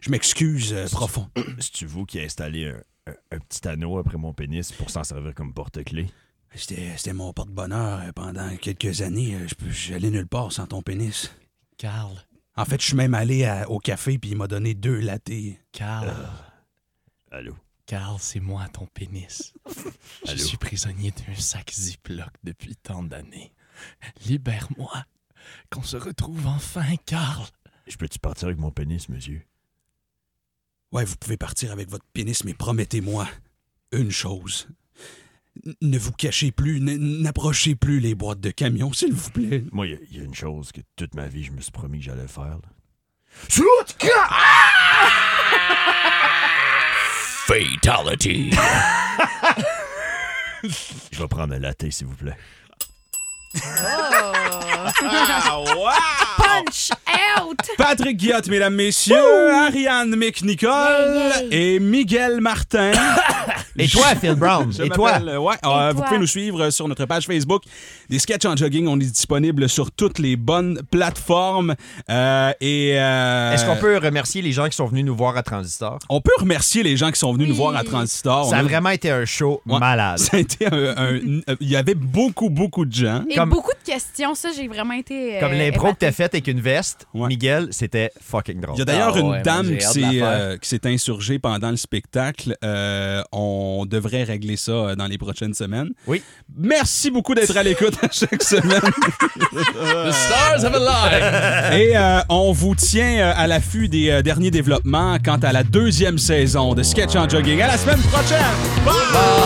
Je m'excuse euh, profond.
C'est-tu vous qui a installé un, un- un petit anneau après mon pénis pour s'en servir comme porte-clés?
C'était c'était mon porte-bonheur euh, pendant quelques années. euh, Je peux- J'allais nulle part sans ton pénis.
Carl,
En fait, je suis même allé à- au café, puis il m'a donné deux latés.
Carl,
Allô?
Carl, c'est moi ton pénis. Je
Allô?
suis prisonnier d'un sac Ziploc depuis tant d'années. Libère-moi. Qu'on se retrouve enfin, Carl.
Je peux-tu partir avec mon pénis, monsieur?
Ouais, vous pouvez partir avec votre pénis, mais promettez-moi une chose. N- Ne vous cachez plus, n- n'approchez plus les boîtes de camions, s'il vous plaît.
Moi, il y a- il y, a une chose que toute ma vie, je me suis promis que j'allais faire. là. Ah!
Fatality.
Je vais prendre un latte, s'il vous plaît.
Punch out!
Patrick Guillotte, mesdames, messieurs, Ariane McNicol et Miguel Martin.
Et toi, Phil Brown?
Je
Et toi?
m'appelle, euh, ouais, euh, Vous
toi?
pouvez nous suivre euh, sur notre page Facebook des sketchs en jogging. On est disponible sur toutes les bonnes plateformes. Euh, et euh,
Est-ce qu'on peut remercier les gens qui sont venus nous voir à Transistor?
On peut remercier les gens qui sont venus nous voir à Transistor. On
Ça a
a-
vraiment été un show
Ouais.
malade.
Ça a été un- un- euh, Il y avait beaucoup, beaucoup de gens.
Et
Comme-
beaucoup de questions, ça, j'ai vraiment été. euh,
Comme l'impro que
épatée.
t'as faite avec une veste,
Ouais.
Miguel, c'était fucking drôle.
Il y a d'ailleurs
Ah
une
ouais,
dame
moi,
qui
j'ai hâte de
s'est,
la
euh, qui s'est insurgée pendant le spectacle. Euh, on devrait régler ça euh, dans les prochaines semaines.
Oui.
Merci beaucoup d'être à l'écoute à chaque semaine.
The stars have aligned.
Et euh, on vous tient euh, à l'affût des euh, derniers développements quant à la deuxième saison de Sketch en Jogging. À la semaine prochaine! Bye!